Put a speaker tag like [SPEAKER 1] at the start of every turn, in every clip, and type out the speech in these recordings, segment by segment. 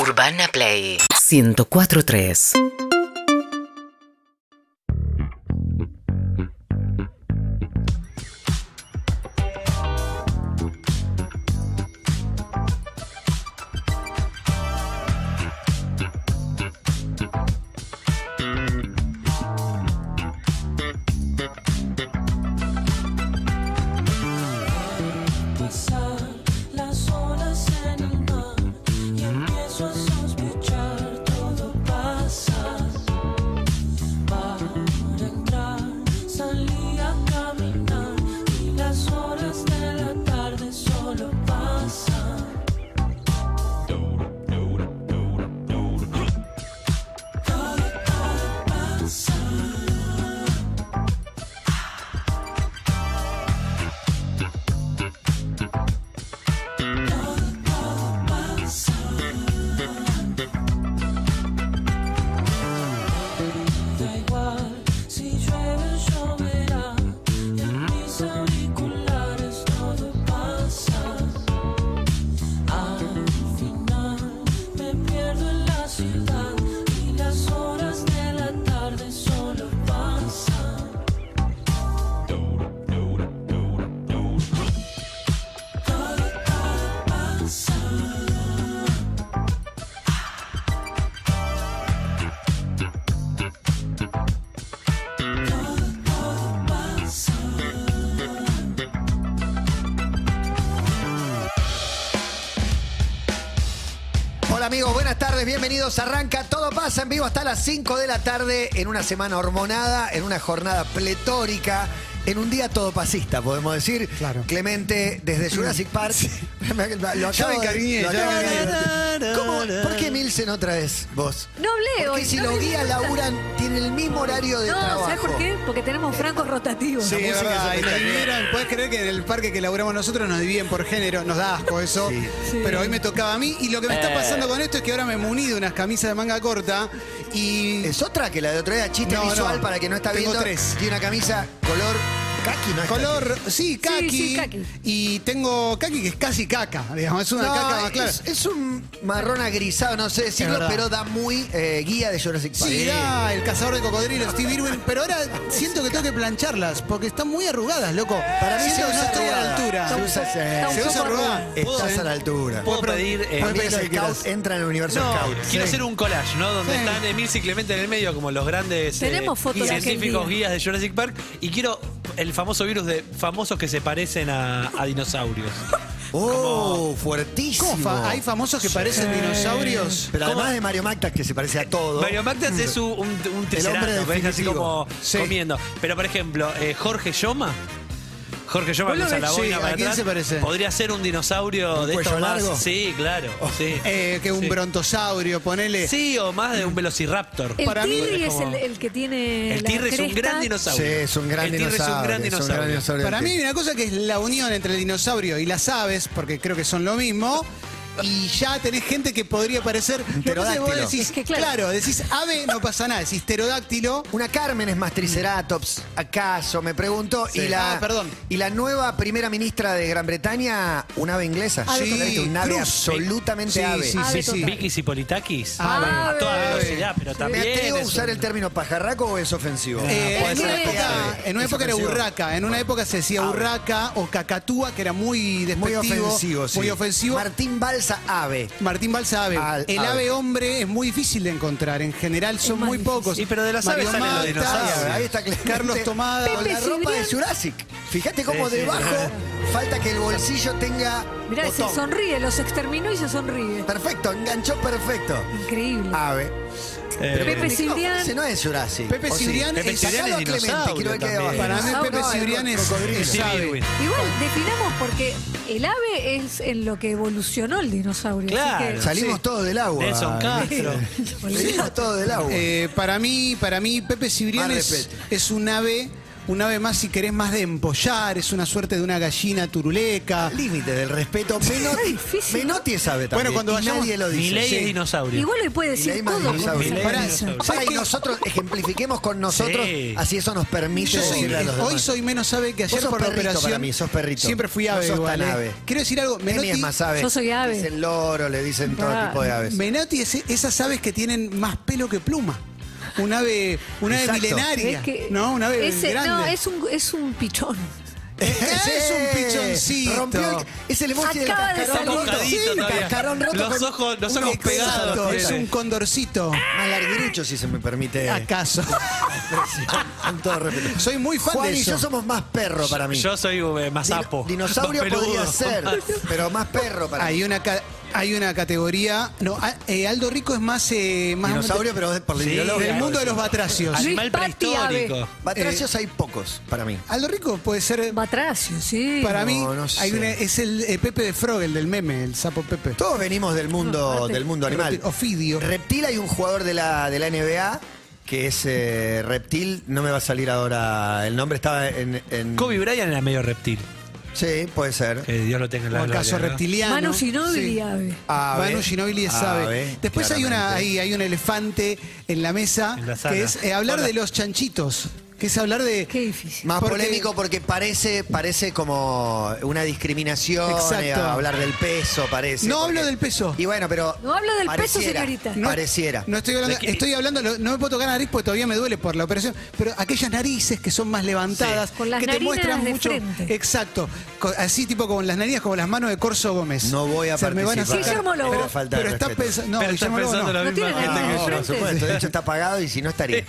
[SPEAKER 1] Urbana Play 1043.
[SPEAKER 2] Las olas en el mar y empiezo a sospechar todo pasa para entrar, salí a caminar y las horas de la tarde solo pasan. Todo, todo pasa. Da igual, si llueve lloverá, en mis auriculares todo pasa. Al final me pierdo en la ciudad y las horas de la tarde solo pasan. Todo, todo pasa.
[SPEAKER 3] Hola amigos, buenas tardes, bienvenidos. Arranca Todo pasa en vivo hasta las 5 de la tarde en una semana hormonada, en una jornada pletórica, en un día todopasista, podemos decir.
[SPEAKER 4] Claro.
[SPEAKER 3] Clemente desde Jurassic Park. lo acabo
[SPEAKER 4] Ya me
[SPEAKER 3] de-
[SPEAKER 4] encariñé,
[SPEAKER 3] lo
[SPEAKER 4] ya
[SPEAKER 3] acabo
[SPEAKER 4] me
[SPEAKER 3] de-
[SPEAKER 4] encariñé.
[SPEAKER 3] ¿Cómo? ¿Por qué Milsen otra vez vos?
[SPEAKER 5] No hablé
[SPEAKER 3] Porque
[SPEAKER 5] hoy.
[SPEAKER 3] si
[SPEAKER 5] no
[SPEAKER 3] los
[SPEAKER 5] me di
[SPEAKER 3] guías
[SPEAKER 5] cuenta.
[SPEAKER 3] laburan, tienen el mismo horario de
[SPEAKER 5] No,
[SPEAKER 3] trabajo.
[SPEAKER 5] ¿sabes por qué? Porque tenemos francos rotativos.
[SPEAKER 4] Eh, Sí, es
[SPEAKER 3] música
[SPEAKER 4] verdad,
[SPEAKER 3] es
[SPEAKER 4] y nos
[SPEAKER 3] espectacular.
[SPEAKER 4] dividieron. Puedes creer que en el parque que laburamos nosotros nos dividen por género, nos da asco eso. Pero hoy me tocaba a mí. Y lo que me
[SPEAKER 3] Eh.
[SPEAKER 4] está pasando con esto es que ahora me muní de unas camisas de manga corta y.
[SPEAKER 3] Es otra que la de otra vez, chiste
[SPEAKER 4] No,
[SPEAKER 3] visual
[SPEAKER 4] no.
[SPEAKER 3] para que no está
[SPEAKER 4] Tengo
[SPEAKER 3] viendo.
[SPEAKER 4] tres.
[SPEAKER 3] Tiene una camisa color kaki, ¿no? es
[SPEAKER 4] Color, sí, kaki.
[SPEAKER 5] sí, caqui.
[SPEAKER 4] Y tengo kaki que es casi caca, digamos, es una
[SPEAKER 3] No,
[SPEAKER 4] caca más
[SPEAKER 3] es-
[SPEAKER 4] clara.
[SPEAKER 3] es, un marrón agrisado, no sé decirlo,
[SPEAKER 4] verdad.
[SPEAKER 3] pero da muy eh, guía de Jurassic Park.
[SPEAKER 4] Sí, da el cazador de cocodrilos, Steve Irwin, pero ahora siento que tengo que plancharlas porque están muy arrugadas, loco.
[SPEAKER 3] Para mí
[SPEAKER 4] siento
[SPEAKER 3] se
[SPEAKER 4] que no
[SPEAKER 3] usa
[SPEAKER 4] estoy a la
[SPEAKER 3] arrugada.
[SPEAKER 4] altura.
[SPEAKER 3] Se usa, eh,
[SPEAKER 5] un
[SPEAKER 4] Se usa
[SPEAKER 5] poco
[SPEAKER 4] arrugada.
[SPEAKER 5] arrugada.
[SPEAKER 3] Estás
[SPEAKER 4] ¿Puedo-
[SPEAKER 3] a la altura.
[SPEAKER 6] ¿Puedo
[SPEAKER 4] Puedo
[SPEAKER 6] pedir? eh,
[SPEAKER 3] Para mí los
[SPEAKER 4] pensar que
[SPEAKER 3] scouts
[SPEAKER 4] quieras.
[SPEAKER 3] entran en el universo
[SPEAKER 6] no,
[SPEAKER 3] scout.
[SPEAKER 6] quiero
[SPEAKER 3] Sí.
[SPEAKER 6] hacer un collage, ¿no? Donde
[SPEAKER 4] Sí.
[SPEAKER 6] están Emilce y Clemente en el medio, como los grandes eh,
[SPEAKER 5] Tenemos fotos de aquel
[SPEAKER 6] científicos
[SPEAKER 5] día.
[SPEAKER 6] guías de Jurassic Park. Y quiero el famoso virus de famosos que se parecen a, a dinosaurios.
[SPEAKER 3] Oh, fuertísimo.
[SPEAKER 4] ¿Cómo fa- hay famosos que parecen dinosaurios.
[SPEAKER 3] Pero
[SPEAKER 6] ¿Cómo?
[SPEAKER 3] además de Mario Mactas, que se parece a todo.
[SPEAKER 6] Mario Mactas es un, un, un
[SPEAKER 3] hombre
[SPEAKER 6] triceratops, ¿ves? así
[SPEAKER 3] definitivo.
[SPEAKER 6] como
[SPEAKER 4] Sí.
[SPEAKER 6] comiendo. Pero, por ejemplo, eh, Jorge Yoma. Jorge Yoma
[SPEAKER 4] ¿Vos Pues lo
[SPEAKER 6] usa
[SPEAKER 4] ves?
[SPEAKER 6] la
[SPEAKER 4] Sí,
[SPEAKER 6] boina
[SPEAKER 4] ¿a
[SPEAKER 6] para
[SPEAKER 4] quién
[SPEAKER 6] atrás.
[SPEAKER 4] se parece?
[SPEAKER 6] Podría ser un dinosaurio de
[SPEAKER 3] cuello
[SPEAKER 6] estos más-
[SPEAKER 3] largo?
[SPEAKER 6] Sí, claro. sí.
[SPEAKER 4] Eh, que un
[SPEAKER 6] Sí.
[SPEAKER 4] brontosaurio, ponele.
[SPEAKER 6] Sí, o más de un velociraptor.
[SPEAKER 5] El
[SPEAKER 4] Para mí
[SPEAKER 5] tirri
[SPEAKER 6] es
[SPEAKER 5] es,
[SPEAKER 6] como-
[SPEAKER 5] el, el que tiene.
[SPEAKER 6] El
[SPEAKER 5] la
[SPEAKER 6] tirre es un
[SPEAKER 5] cresta.
[SPEAKER 6] gran
[SPEAKER 3] Sí,
[SPEAKER 6] dinosaurio.
[SPEAKER 3] es un gran
[SPEAKER 6] el tigre
[SPEAKER 3] dinosaurio.
[SPEAKER 6] es un gran dinosaurio.
[SPEAKER 4] Para mí hay una cosa que es la unión entre el dinosaurio y las aves, porque creo que son lo mismo. Y ya tenés gente que podría parecer. Lo que pasa es que vos
[SPEAKER 3] pterodáctilo.
[SPEAKER 4] decís,
[SPEAKER 5] Es que
[SPEAKER 4] claro.
[SPEAKER 5] claro.
[SPEAKER 4] decís ave, no pasa nada. Decís pterodáctilo.
[SPEAKER 3] Una Carmen es más triceratops, ¿acaso? Me pregunto.
[SPEAKER 4] Sí.
[SPEAKER 3] Y, la,
[SPEAKER 4] Ah, perdón.
[SPEAKER 3] y la nueva primera ministra de Gran Bretaña, un ave inglesa.
[SPEAKER 4] Ave
[SPEAKER 3] Sí,
[SPEAKER 4] total.
[SPEAKER 3] un ave
[SPEAKER 4] Cruz.
[SPEAKER 3] absolutamente
[SPEAKER 4] Sí,
[SPEAKER 3] ave.
[SPEAKER 4] sí,
[SPEAKER 5] Ave
[SPEAKER 4] sí, sí.
[SPEAKER 5] total.
[SPEAKER 6] Vikis y Politakis.
[SPEAKER 5] Ah,
[SPEAKER 4] Ave.
[SPEAKER 6] a toda
[SPEAKER 4] Ave.
[SPEAKER 6] velocidad, pero
[SPEAKER 3] ¿Me
[SPEAKER 6] también.
[SPEAKER 3] atrevo a
[SPEAKER 6] es
[SPEAKER 3] usar
[SPEAKER 6] un-
[SPEAKER 3] el término pajarraco o es ofensivo? Ah,
[SPEAKER 4] Eh,
[SPEAKER 5] puede
[SPEAKER 4] en,
[SPEAKER 5] ser
[SPEAKER 4] una
[SPEAKER 5] ave.
[SPEAKER 4] época, en una
[SPEAKER 3] Es
[SPEAKER 4] época era
[SPEAKER 3] ofensivo.
[SPEAKER 4] burraca, en una época se decía
[SPEAKER 3] Ave.
[SPEAKER 4] burraca o cacatúa, que era muy
[SPEAKER 3] Muy
[SPEAKER 4] despectivo.
[SPEAKER 3] ofensivo, sí.
[SPEAKER 4] muy ofensivo.
[SPEAKER 3] Martín Balsa, ave.
[SPEAKER 4] Martín Balsa ave.
[SPEAKER 3] Al-
[SPEAKER 4] el
[SPEAKER 3] ave.
[SPEAKER 4] ave. hombre es muy difícil de encontrar. En general son
[SPEAKER 5] más
[SPEAKER 4] muy
[SPEAKER 5] difícil.
[SPEAKER 4] pocos.
[SPEAKER 6] Y pero de las aves salen los
[SPEAKER 4] Mactas,
[SPEAKER 6] dinosaurios.
[SPEAKER 3] Ahí está Clemente.
[SPEAKER 4] Carlos Tomada.
[SPEAKER 3] Con la
[SPEAKER 5] Pepe
[SPEAKER 3] ropa de
[SPEAKER 5] Cibrián.
[SPEAKER 3] Jurassic. Fíjate cómo
[SPEAKER 6] Sí, sí.
[SPEAKER 3] debajo falta que el bolsillo tenga
[SPEAKER 5] Mirá,
[SPEAKER 3] botón.
[SPEAKER 5] se sonríe, los exterminó y se sonríe.
[SPEAKER 4] Ah.
[SPEAKER 3] Perfecto, enganchó perfecto.
[SPEAKER 5] Increíble.
[SPEAKER 3] Ave.
[SPEAKER 6] Eh,
[SPEAKER 5] Pepe Cibrián.
[SPEAKER 3] Ese no es Jurassic.
[SPEAKER 4] Pepe
[SPEAKER 3] ¿O sí?
[SPEAKER 4] Cibrián
[SPEAKER 6] Pepe
[SPEAKER 4] es-
[SPEAKER 3] eh,
[SPEAKER 6] Cibrián
[SPEAKER 3] Sacalo a
[SPEAKER 6] es
[SPEAKER 3] Clemente,
[SPEAKER 6] dinosaurio
[SPEAKER 3] quiero ver qué hay
[SPEAKER 6] también.
[SPEAKER 3] abajo.
[SPEAKER 4] Para mí
[SPEAKER 5] Dinosaurio,
[SPEAKER 4] Pepe
[SPEAKER 5] no,
[SPEAKER 4] Cibrián
[SPEAKER 3] el
[SPEAKER 4] es,
[SPEAKER 3] cocodrilo.
[SPEAKER 4] es
[SPEAKER 6] Sí,
[SPEAKER 4] ave.
[SPEAKER 6] Irwin.
[SPEAKER 5] Igual definamos porque el ave es en lo que evolucionó el dinosaurio.
[SPEAKER 6] Claro.
[SPEAKER 5] Así
[SPEAKER 3] Salimos
[SPEAKER 4] Sí.
[SPEAKER 3] todos del agua.
[SPEAKER 6] Nelson Castro.
[SPEAKER 5] que,
[SPEAKER 3] Salimos todos del agua.
[SPEAKER 4] Eh, para mí, para mí Pepe Cibrián
[SPEAKER 3] Ah, Más
[SPEAKER 4] es,
[SPEAKER 3] respeto.
[SPEAKER 4] es un ave un ave más, si querés, más de empollar, es una suerte de una gallina turuleca.
[SPEAKER 3] Límite del respeto. Menotti,
[SPEAKER 5] difícil.
[SPEAKER 3] Menotti sabe también.
[SPEAKER 4] Bueno, cuando
[SPEAKER 3] y
[SPEAKER 4] vayamos-
[SPEAKER 3] nadie lo dice.
[SPEAKER 6] Mi ley
[SPEAKER 3] Sí.
[SPEAKER 6] es dinosaurio.
[SPEAKER 5] Igual hoy puede
[SPEAKER 3] Y hay
[SPEAKER 5] decir
[SPEAKER 3] más
[SPEAKER 5] todo. con esa
[SPEAKER 3] dinosaurios.
[SPEAKER 6] Milei
[SPEAKER 5] palabra.
[SPEAKER 6] Pará,
[SPEAKER 4] dinosaurio.
[SPEAKER 3] Para
[SPEAKER 4] ¿Sabes
[SPEAKER 3] que
[SPEAKER 4] qué?
[SPEAKER 3] nosotros ejemplifiquemos con nosotros,
[SPEAKER 6] Sí.
[SPEAKER 3] así eso nos permite
[SPEAKER 4] Yo soy,
[SPEAKER 3] decirle a los demás.
[SPEAKER 4] hoy soy menos ave que ayer
[SPEAKER 3] Vos sos
[SPEAKER 4] por la
[SPEAKER 3] perrito
[SPEAKER 4] operación.
[SPEAKER 3] para mí, sos perrito.
[SPEAKER 4] Siempre fui ave.
[SPEAKER 3] No sos
[SPEAKER 4] igual,
[SPEAKER 3] tan
[SPEAKER 4] ¿eh?
[SPEAKER 3] ave.
[SPEAKER 4] Quiero decir algo.
[SPEAKER 3] Emi es
[SPEAKER 4] Menotti-
[SPEAKER 3] más ave.
[SPEAKER 5] Yo soy ave.
[SPEAKER 3] Le dicen loro, le dicen todo
[SPEAKER 5] Ah.
[SPEAKER 3] tipo de aves.
[SPEAKER 4] Menotti es e, esas aves que tienen más pelo que pluma. Un ave, un ave
[SPEAKER 3] Exacto.
[SPEAKER 4] milenaria.
[SPEAKER 5] Es que-
[SPEAKER 4] no, un ave
[SPEAKER 5] ese-
[SPEAKER 4] grande.
[SPEAKER 5] No, es un, es un pichón.
[SPEAKER 4] es un pichoncito.
[SPEAKER 3] Rompió el- es el emoji del
[SPEAKER 5] Acaba de
[SPEAKER 3] cascarón
[SPEAKER 5] salir.
[SPEAKER 3] roto.
[SPEAKER 6] Tocadito
[SPEAKER 3] el
[SPEAKER 6] todavía.
[SPEAKER 3] cascarón roto.
[SPEAKER 6] Los
[SPEAKER 3] con
[SPEAKER 6] ojos- los
[SPEAKER 3] un
[SPEAKER 6] ojos pegados
[SPEAKER 3] exacto,
[SPEAKER 4] es
[SPEAKER 6] tiene.
[SPEAKER 4] un condorcito.
[SPEAKER 3] Más larguirucho, si se me permite.
[SPEAKER 4] ¿Acaso?
[SPEAKER 3] Con todo respeto.
[SPEAKER 4] Soy muy fan
[SPEAKER 3] Juan
[SPEAKER 4] de
[SPEAKER 3] y
[SPEAKER 4] eso.
[SPEAKER 3] yo somos más perro para mí.
[SPEAKER 6] Yo soy eh, más
[SPEAKER 3] Dino-
[SPEAKER 6] sapo.
[SPEAKER 3] Dinosaurio
[SPEAKER 6] más peludo.
[SPEAKER 3] podría ser, pero más perro para mí.
[SPEAKER 4] Hay una, ca- hay una categoría. No, a- eh, Aldo Rico es más. eh, más
[SPEAKER 3] Dinosaurio, pero es por
[SPEAKER 6] Sí,
[SPEAKER 3] lo
[SPEAKER 4] del mundo de los batracios.
[SPEAKER 5] Ay.
[SPEAKER 6] Animal
[SPEAKER 5] Luis Patti, ave.
[SPEAKER 6] prehistórico.
[SPEAKER 3] Batracios hay pocos para mí.
[SPEAKER 4] Aldo Rico puede ser.
[SPEAKER 5] Batracio, sí.
[SPEAKER 4] Para mí,
[SPEAKER 3] no sé.
[SPEAKER 4] hay una- es el eh, Pepe de Frog, el del meme, el sapo Pepe.
[SPEAKER 3] Todos venimos del mundo,
[SPEAKER 5] aparte-
[SPEAKER 3] del mundo animal.
[SPEAKER 4] Reptil- Ofidio.
[SPEAKER 3] Reptil hay un jugador de la, de la NBA que es eh, reptil, no me va a salir ahora el nombre, estaba en... en-
[SPEAKER 6] Kobe Bryant era medio reptil.
[SPEAKER 3] Sí, puede ser.
[SPEAKER 6] Que Dios lo tenga en
[SPEAKER 4] O
[SPEAKER 6] la
[SPEAKER 4] acaso
[SPEAKER 6] gloria, ¿no?
[SPEAKER 4] reptiliano.
[SPEAKER 5] Manu Ginóbili,
[SPEAKER 4] Sí.
[SPEAKER 5] ave.
[SPEAKER 3] Ave,
[SPEAKER 4] Manu Ginóbili es ave.
[SPEAKER 3] ave,
[SPEAKER 4] Después hay una
[SPEAKER 3] claramente.
[SPEAKER 4] ahí hay un elefante en la mesa
[SPEAKER 6] En la sala.
[SPEAKER 4] que es eh, hablar
[SPEAKER 6] Hola.
[SPEAKER 4] de los chanchitos, que es hablar de
[SPEAKER 5] Qué difícil.
[SPEAKER 3] Más
[SPEAKER 4] Porque-
[SPEAKER 3] polémico porque parece, parece como una discriminación,
[SPEAKER 4] Exacto.
[SPEAKER 3] eh, hablar del peso, parece.
[SPEAKER 4] No
[SPEAKER 3] porque-
[SPEAKER 4] hablo del peso.
[SPEAKER 3] Y bueno, pero...
[SPEAKER 5] No hablo del peso,
[SPEAKER 3] pareciera,
[SPEAKER 5] señorita.
[SPEAKER 4] No,
[SPEAKER 3] Pareciera.
[SPEAKER 4] No estoy hablando,
[SPEAKER 6] ¿De qué?
[SPEAKER 4] estoy hablando, lo- no me puedo tocar la nariz porque todavía me duele por la operación, pero aquellas narices que son más levantadas,
[SPEAKER 5] Sí. Con las
[SPEAKER 4] que te
[SPEAKER 5] narinas
[SPEAKER 4] muestran
[SPEAKER 5] de
[SPEAKER 4] mucho.
[SPEAKER 5] frente.
[SPEAKER 4] Exacto. Co- así tipo con las narices como las manos de Corso Gómez.
[SPEAKER 3] No voy a
[SPEAKER 4] O sea, me van a
[SPEAKER 3] participar.
[SPEAKER 4] sacar-
[SPEAKER 5] Guillermo Lobo.
[SPEAKER 4] Pero,
[SPEAKER 5] Pero
[SPEAKER 3] falta de
[SPEAKER 4] pero estás
[SPEAKER 3] respeto.
[SPEAKER 4] pensando, no,
[SPEAKER 6] Pero estás
[SPEAKER 4] Guillermo Lobo
[SPEAKER 6] pensando
[SPEAKER 4] no.
[SPEAKER 6] la
[SPEAKER 5] No
[SPEAKER 6] misma
[SPEAKER 5] tiene nada
[SPEAKER 6] gente
[SPEAKER 5] que
[SPEAKER 6] que
[SPEAKER 5] ver.
[SPEAKER 6] yo.
[SPEAKER 3] Ah, por supuesto, de hecho está pagado y si no estaría.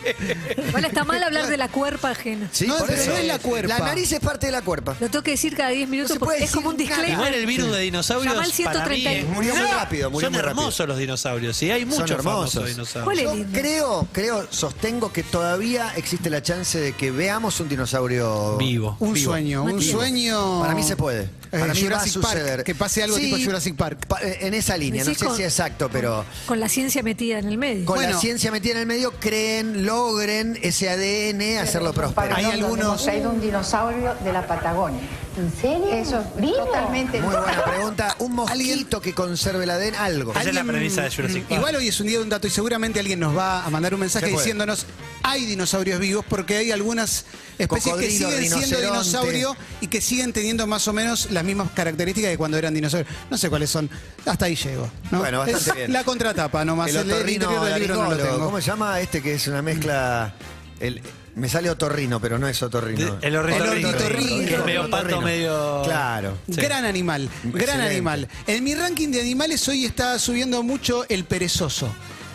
[SPEAKER 5] Igual está mal hablar de la cuerpa ajena.
[SPEAKER 3] Sí,
[SPEAKER 4] No,
[SPEAKER 3] por
[SPEAKER 4] pero
[SPEAKER 3] eso.
[SPEAKER 4] no es la cuerpa.
[SPEAKER 3] La nariz es parte de la cuerpa.
[SPEAKER 5] Lo tengo que decir cada 10 minutos
[SPEAKER 3] se puede
[SPEAKER 5] porque es como un
[SPEAKER 3] decir nada.
[SPEAKER 5] disclaimer.
[SPEAKER 6] Igual el virus de dinosaurios.
[SPEAKER 5] Llamá al
[SPEAKER 6] para mí, eh,
[SPEAKER 5] 130.
[SPEAKER 6] es-
[SPEAKER 3] Murió muy rápido, murió
[SPEAKER 6] Son
[SPEAKER 3] muy rápido.
[SPEAKER 6] hermosos los dinosaurios. Sí, hay muchos
[SPEAKER 3] hermosos.
[SPEAKER 6] famosos dinosaurios.
[SPEAKER 5] ¿Cuál es?
[SPEAKER 3] Yo
[SPEAKER 5] lindo.
[SPEAKER 3] creo, creo, sostengo que todavía existe la chance de que veamos un dinosaurio
[SPEAKER 6] Vivo.
[SPEAKER 4] Un sueño, un
[SPEAKER 5] Mativo.
[SPEAKER 4] sueño.
[SPEAKER 3] Para mí se puede. Para mí
[SPEAKER 4] Eh,
[SPEAKER 3] va a
[SPEAKER 4] Jurassic Park,
[SPEAKER 3] suceder.
[SPEAKER 4] que pase algo
[SPEAKER 3] Sí,
[SPEAKER 4] tipo Jurassic Park.
[SPEAKER 3] pa- eh, en esa línea, no
[SPEAKER 5] Decís
[SPEAKER 3] sé
[SPEAKER 5] con-
[SPEAKER 3] si es exacto, pero
[SPEAKER 5] Con la ciencia metida en el medio.
[SPEAKER 3] con la
[SPEAKER 4] Bueno.
[SPEAKER 3] ciencia metida en el medio, creen, logren ese ADN, hacerlo próspero.
[SPEAKER 4] Hay algunos.
[SPEAKER 7] traído un dinosaurio de la Patagonia. ¿En serio? Eso es totalmente.
[SPEAKER 3] Muy buena pregunta. Un mosquito que conserve el ADN, algo.
[SPEAKER 6] Esa es la
[SPEAKER 4] Alguien-
[SPEAKER 6] premisa de Jurassic Park.
[SPEAKER 4] Igual hoy es un día de un dato y seguramente alguien nos va a mandar un mensaje
[SPEAKER 3] Se puede.
[SPEAKER 4] diciéndonos hay dinosaurios vivos porque hay algunas especies que
[SPEAKER 3] Cocodrilo,
[SPEAKER 4] siguen siendo
[SPEAKER 3] rinoceronte.
[SPEAKER 4] dinosaurio y que siguen teniendo más o menos las mismas características de cuando eran dinosaurios. No sé cuáles son. Hasta ahí llego. ¿no?
[SPEAKER 3] Bueno, bastante
[SPEAKER 4] Es
[SPEAKER 3] bien.
[SPEAKER 4] La contratapa nomás.
[SPEAKER 3] El
[SPEAKER 4] El, el interior
[SPEAKER 3] otorrino
[SPEAKER 4] del libro no lo
[SPEAKER 3] laringólogo.
[SPEAKER 4] tengo.
[SPEAKER 3] ¿Cómo se llama este que es una mezcla? El- me sale otorrino, pero no es otorrino.
[SPEAKER 6] El ornitorrinco.
[SPEAKER 4] El ornitorrinco.
[SPEAKER 6] Que es medio pato, medio-
[SPEAKER 3] Claro.
[SPEAKER 6] Sí.
[SPEAKER 4] Gran animal, gran
[SPEAKER 3] Excelente.
[SPEAKER 4] animal. En mi ranking de animales hoy está subiendo mucho el perezoso.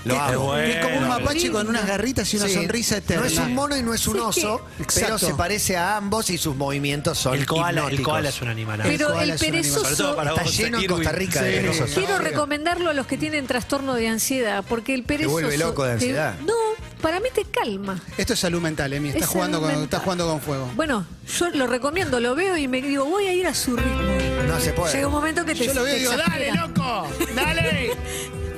[SPEAKER 3] Lo
[SPEAKER 4] que,
[SPEAKER 3] amo.
[SPEAKER 4] que es como un
[SPEAKER 6] Bueno,
[SPEAKER 4] mapache con unas garritas y una
[SPEAKER 3] Sí.
[SPEAKER 4] sonrisa eterna.
[SPEAKER 3] No es un mono y no es un
[SPEAKER 5] Sí.
[SPEAKER 3] oso, pero
[SPEAKER 4] Exacto.
[SPEAKER 3] se parece a ambos y sus movimientos son
[SPEAKER 6] El koala, el
[SPEAKER 3] hipnóticos.
[SPEAKER 6] koala es un animal. ave.
[SPEAKER 5] Pero
[SPEAKER 4] koala
[SPEAKER 5] el
[SPEAKER 4] es un animal.
[SPEAKER 6] Sobre todo
[SPEAKER 5] perezoso.
[SPEAKER 6] para
[SPEAKER 3] Está
[SPEAKER 6] vos,
[SPEAKER 3] lleno en
[SPEAKER 6] Irwin.
[SPEAKER 3] Costa Rica de
[SPEAKER 4] Sí.
[SPEAKER 5] eh.
[SPEAKER 3] perezosos.
[SPEAKER 5] Quiero recomendarlo a los que tienen trastorno de ansiedad, porque el perezoso.
[SPEAKER 3] vuelve loco de
[SPEAKER 5] te-
[SPEAKER 3] ansiedad.
[SPEAKER 5] no, para mí te calma.
[SPEAKER 4] Esto es salud mental, Emi. Estás
[SPEAKER 5] Es
[SPEAKER 4] jugando, con,
[SPEAKER 5] salud
[SPEAKER 4] estás jugando con fuego.
[SPEAKER 5] Bueno, yo lo recomiendo, lo veo y me digo, voy a ir a su ritmo.
[SPEAKER 3] No se puede.
[SPEAKER 5] Llega un momento que te.
[SPEAKER 4] Yo lo veo y
[SPEAKER 5] te
[SPEAKER 4] digo,
[SPEAKER 5] exaspera.
[SPEAKER 8] loco! ¡Dale!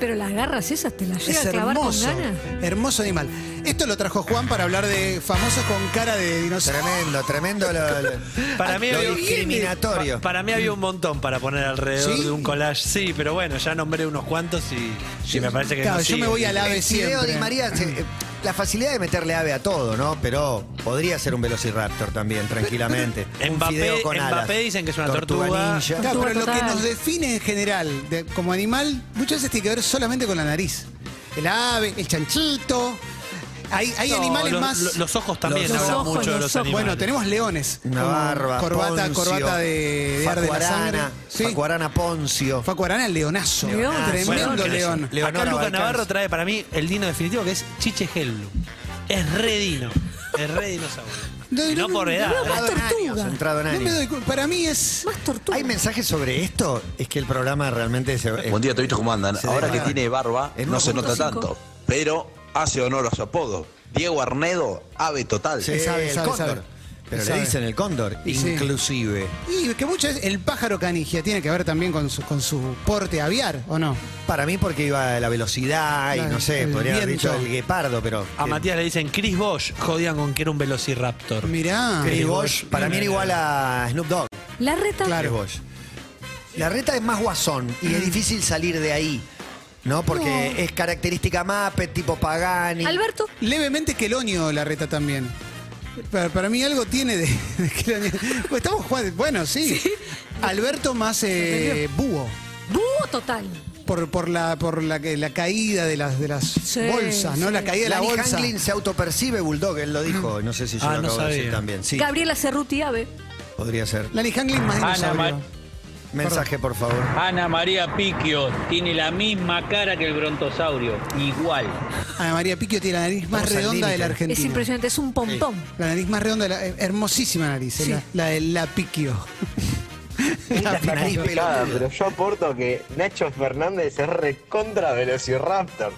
[SPEAKER 5] Pero las garras esas te las llega
[SPEAKER 4] Es
[SPEAKER 5] a clavar con
[SPEAKER 4] hermoso.
[SPEAKER 5] ganas.
[SPEAKER 4] Hermoso animal. Esto lo trajo Juan para hablar de famosos con cara de dinosaurio.
[SPEAKER 3] Tremendo, tremendo lo, lo-
[SPEAKER 6] Para mí,
[SPEAKER 3] lo
[SPEAKER 6] había,
[SPEAKER 3] discriminatorio.
[SPEAKER 6] pa- para mí había un montón para poner alrededor
[SPEAKER 4] ¿Sí?
[SPEAKER 6] de un collage. Sí, pero bueno, ya nombré unos cuantos y, y me parece que
[SPEAKER 4] Claro,
[SPEAKER 6] no
[SPEAKER 4] yo
[SPEAKER 6] sigue.
[SPEAKER 4] me voy al ave
[SPEAKER 3] Y veo
[SPEAKER 4] siempre.
[SPEAKER 3] Di María, se- eh, la facilidad de meterle ave a todo, ¿no? Pero podría ser un velociraptor también, tranquilamente. Un
[SPEAKER 6] Mbappé-
[SPEAKER 3] fideo con alas.
[SPEAKER 6] Mbappé dicen que es una tortuga.
[SPEAKER 3] ninja.
[SPEAKER 4] Claro, pero lo que
[SPEAKER 5] Total.
[SPEAKER 4] nos define en general de- como animal, muchas veces tiene que ver solamente con la nariz. El ave, el chanchito. Hay, hay
[SPEAKER 6] No,
[SPEAKER 4] animales
[SPEAKER 6] los,
[SPEAKER 4] más.
[SPEAKER 6] Los ojos también
[SPEAKER 5] Los
[SPEAKER 6] hablan
[SPEAKER 5] ojos,
[SPEAKER 6] mucho
[SPEAKER 5] los
[SPEAKER 6] de los
[SPEAKER 5] ojos.
[SPEAKER 6] animales.
[SPEAKER 4] bueno, tenemos leones.
[SPEAKER 3] Una
[SPEAKER 4] como
[SPEAKER 3] barba.
[SPEAKER 4] Corbata,
[SPEAKER 3] Poncio,
[SPEAKER 4] corbata de, de arde la sangre.
[SPEAKER 3] Facuarana,
[SPEAKER 4] Sí.
[SPEAKER 3] Facuarana Poncio.
[SPEAKER 4] Facuarana, el leonazo.
[SPEAKER 5] León.
[SPEAKER 4] Tremendo
[SPEAKER 5] Bueno,
[SPEAKER 4] león.
[SPEAKER 3] Leonora
[SPEAKER 6] Acá Luca
[SPEAKER 3] Balcán.
[SPEAKER 6] Navarro trae para mí el dino definitivo que es Chiche Hellblum. Es re dino. Es re dinosaurio.
[SPEAKER 4] No,
[SPEAKER 6] Y
[SPEAKER 4] no,
[SPEAKER 6] no por
[SPEAKER 4] no,
[SPEAKER 6] edad.
[SPEAKER 5] no,
[SPEAKER 6] ¿eh?
[SPEAKER 5] Más
[SPEAKER 3] Entrado en años,
[SPEAKER 5] tortuga.
[SPEAKER 3] entrado en
[SPEAKER 4] No
[SPEAKER 3] años.
[SPEAKER 4] me doy cu- Para mí es.
[SPEAKER 5] Más tortura.
[SPEAKER 3] ¿Hay mensajes sobre esto? Es que el programa realmente se.
[SPEAKER 9] Buen día, Tobito, ¿cómo andan?
[SPEAKER 3] Se
[SPEAKER 9] Ahora que
[SPEAKER 3] deja.
[SPEAKER 9] tiene barba,
[SPEAKER 3] En
[SPEAKER 9] no se nota
[SPEAKER 5] 1.5.
[SPEAKER 9] tanto, pero hace honor a su apodo. Diego Arnedo, ave total.
[SPEAKER 3] Sí,
[SPEAKER 4] Sabe,
[SPEAKER 3] el
[SPEAKER 4] Eh, sabe,
[SPEAKER 3] cóndor.
[SPEAKER 4] sabe.
[SPEAKER 3] Pero le
[SPEAKER 4] sabe.
[SPEAKER 3] dicen el cóndor,
[SPEAKER 4] Y sí.
[SPEAKER 3] inclusive.
[SPEAKER 4] Y que muchas veces el pájaro canigia tiene que ver también con su, con su porte aviar, ¿o no?
[SPEAKER 3] Para mí porque iba a la velocidad y
[SPEAKER 4] Claro,
[SPEAKER 3] no sé,
[SPEAKER 4] el
[SPEAKER 3] podría haber
[SPEAKER 4] viento. Ah,
[SPEAKER 3] dicho el guepardo, pero...
[SPEAKER 6] A Matías le dicen Chris Bosch, jodían con que era un velociraptor.
[SPEAKER 4] Mirá.
[SPEAKER 3] Chris Bosh, para mí era igual a Snoop Dogg.
[SPEAKER 5] La reta.
[SPEAKER 3] Chris
[SPEAKER 4] Claro.
[SPEAKER 3] Bosh.
[SPEAKER 10] La reta es más guasón y es difícil salir de ahí, ¿no? Porque es característica Mape, tipo Pagani.
[SPEAKER 5] Alberto.
[SPEAKER 4] Levemente quelonio la reta también. Para, para mí algo tiene de, de quelonio. Pues Estamos jugando- Bueno, sí. Alberto más eh, búho.
[SPEAKER 5] Búho total.
[SPEAKER 4] Por, por la por la, que- la caída de las de las
[SPEAKER 5] Sí,
[SPEAKER 4] bolsas, ¿no?
[SPEAKER 5] sí.
[SPEAKER 4] La caída de la
[SPEAKER 10] Lani
[SPEAKER 4] bolsa.
[SPEAKER 10] Hanglin se autopercibe Bulldog, él lo
[SPEAKER 3] Lo
[SPEAKER 10] dijo.
[SPEAKER 3] dijo, no sé si yo
[SPEAKER 6] Ah,
[SPEAKER 3] lo
[SPEAKER 6] no
[SPEAKER 3] acabo de decir
[SPEAKER 6] sabía.
[SPEAKER 3] también. Sí,
[SPEAKER 5] Gabriela Cerruti Ave.
[SPEAKER 3] podría ser.
[SPEAKER 4] Lani Hanglin más
[SPEAKER 11] Ana
[SPEAKER 4] dinosaurio.
[SPEAKER 11] Mar-
[SPEAKER 3] Mensaje, por favor.
[SPEAKER 11] Ana María Piquio tiene la misma cara que el brontosaurio, igual.
[SPEAKER 4] Ana María Piquio tiene la nariz
[SPEAKER 3] Estamos
[SPEAKER 4] más
[SPEAKER 3] al
[SPEAKER 4] redonda de
[SPEAKER 3] límite.
[SPEAKER 4] la
[SPEAKER 5] Es
[SPEAKER 4] Argentina.
[SPEAKER 5] impresionante, es un pompón.
[SPEAKER 4] La nariz más redonda, la- eh, hermosísima nariz, eh,
[SPEAKER 5] Sí.
[SPEAKER 4] la, la de la Piquio. La Piquio.
[SPEAKER 10] Nariz pelotuda.
[SPEAKER 12] yo aporto que Nacho Fernández es recontra Velociraptor.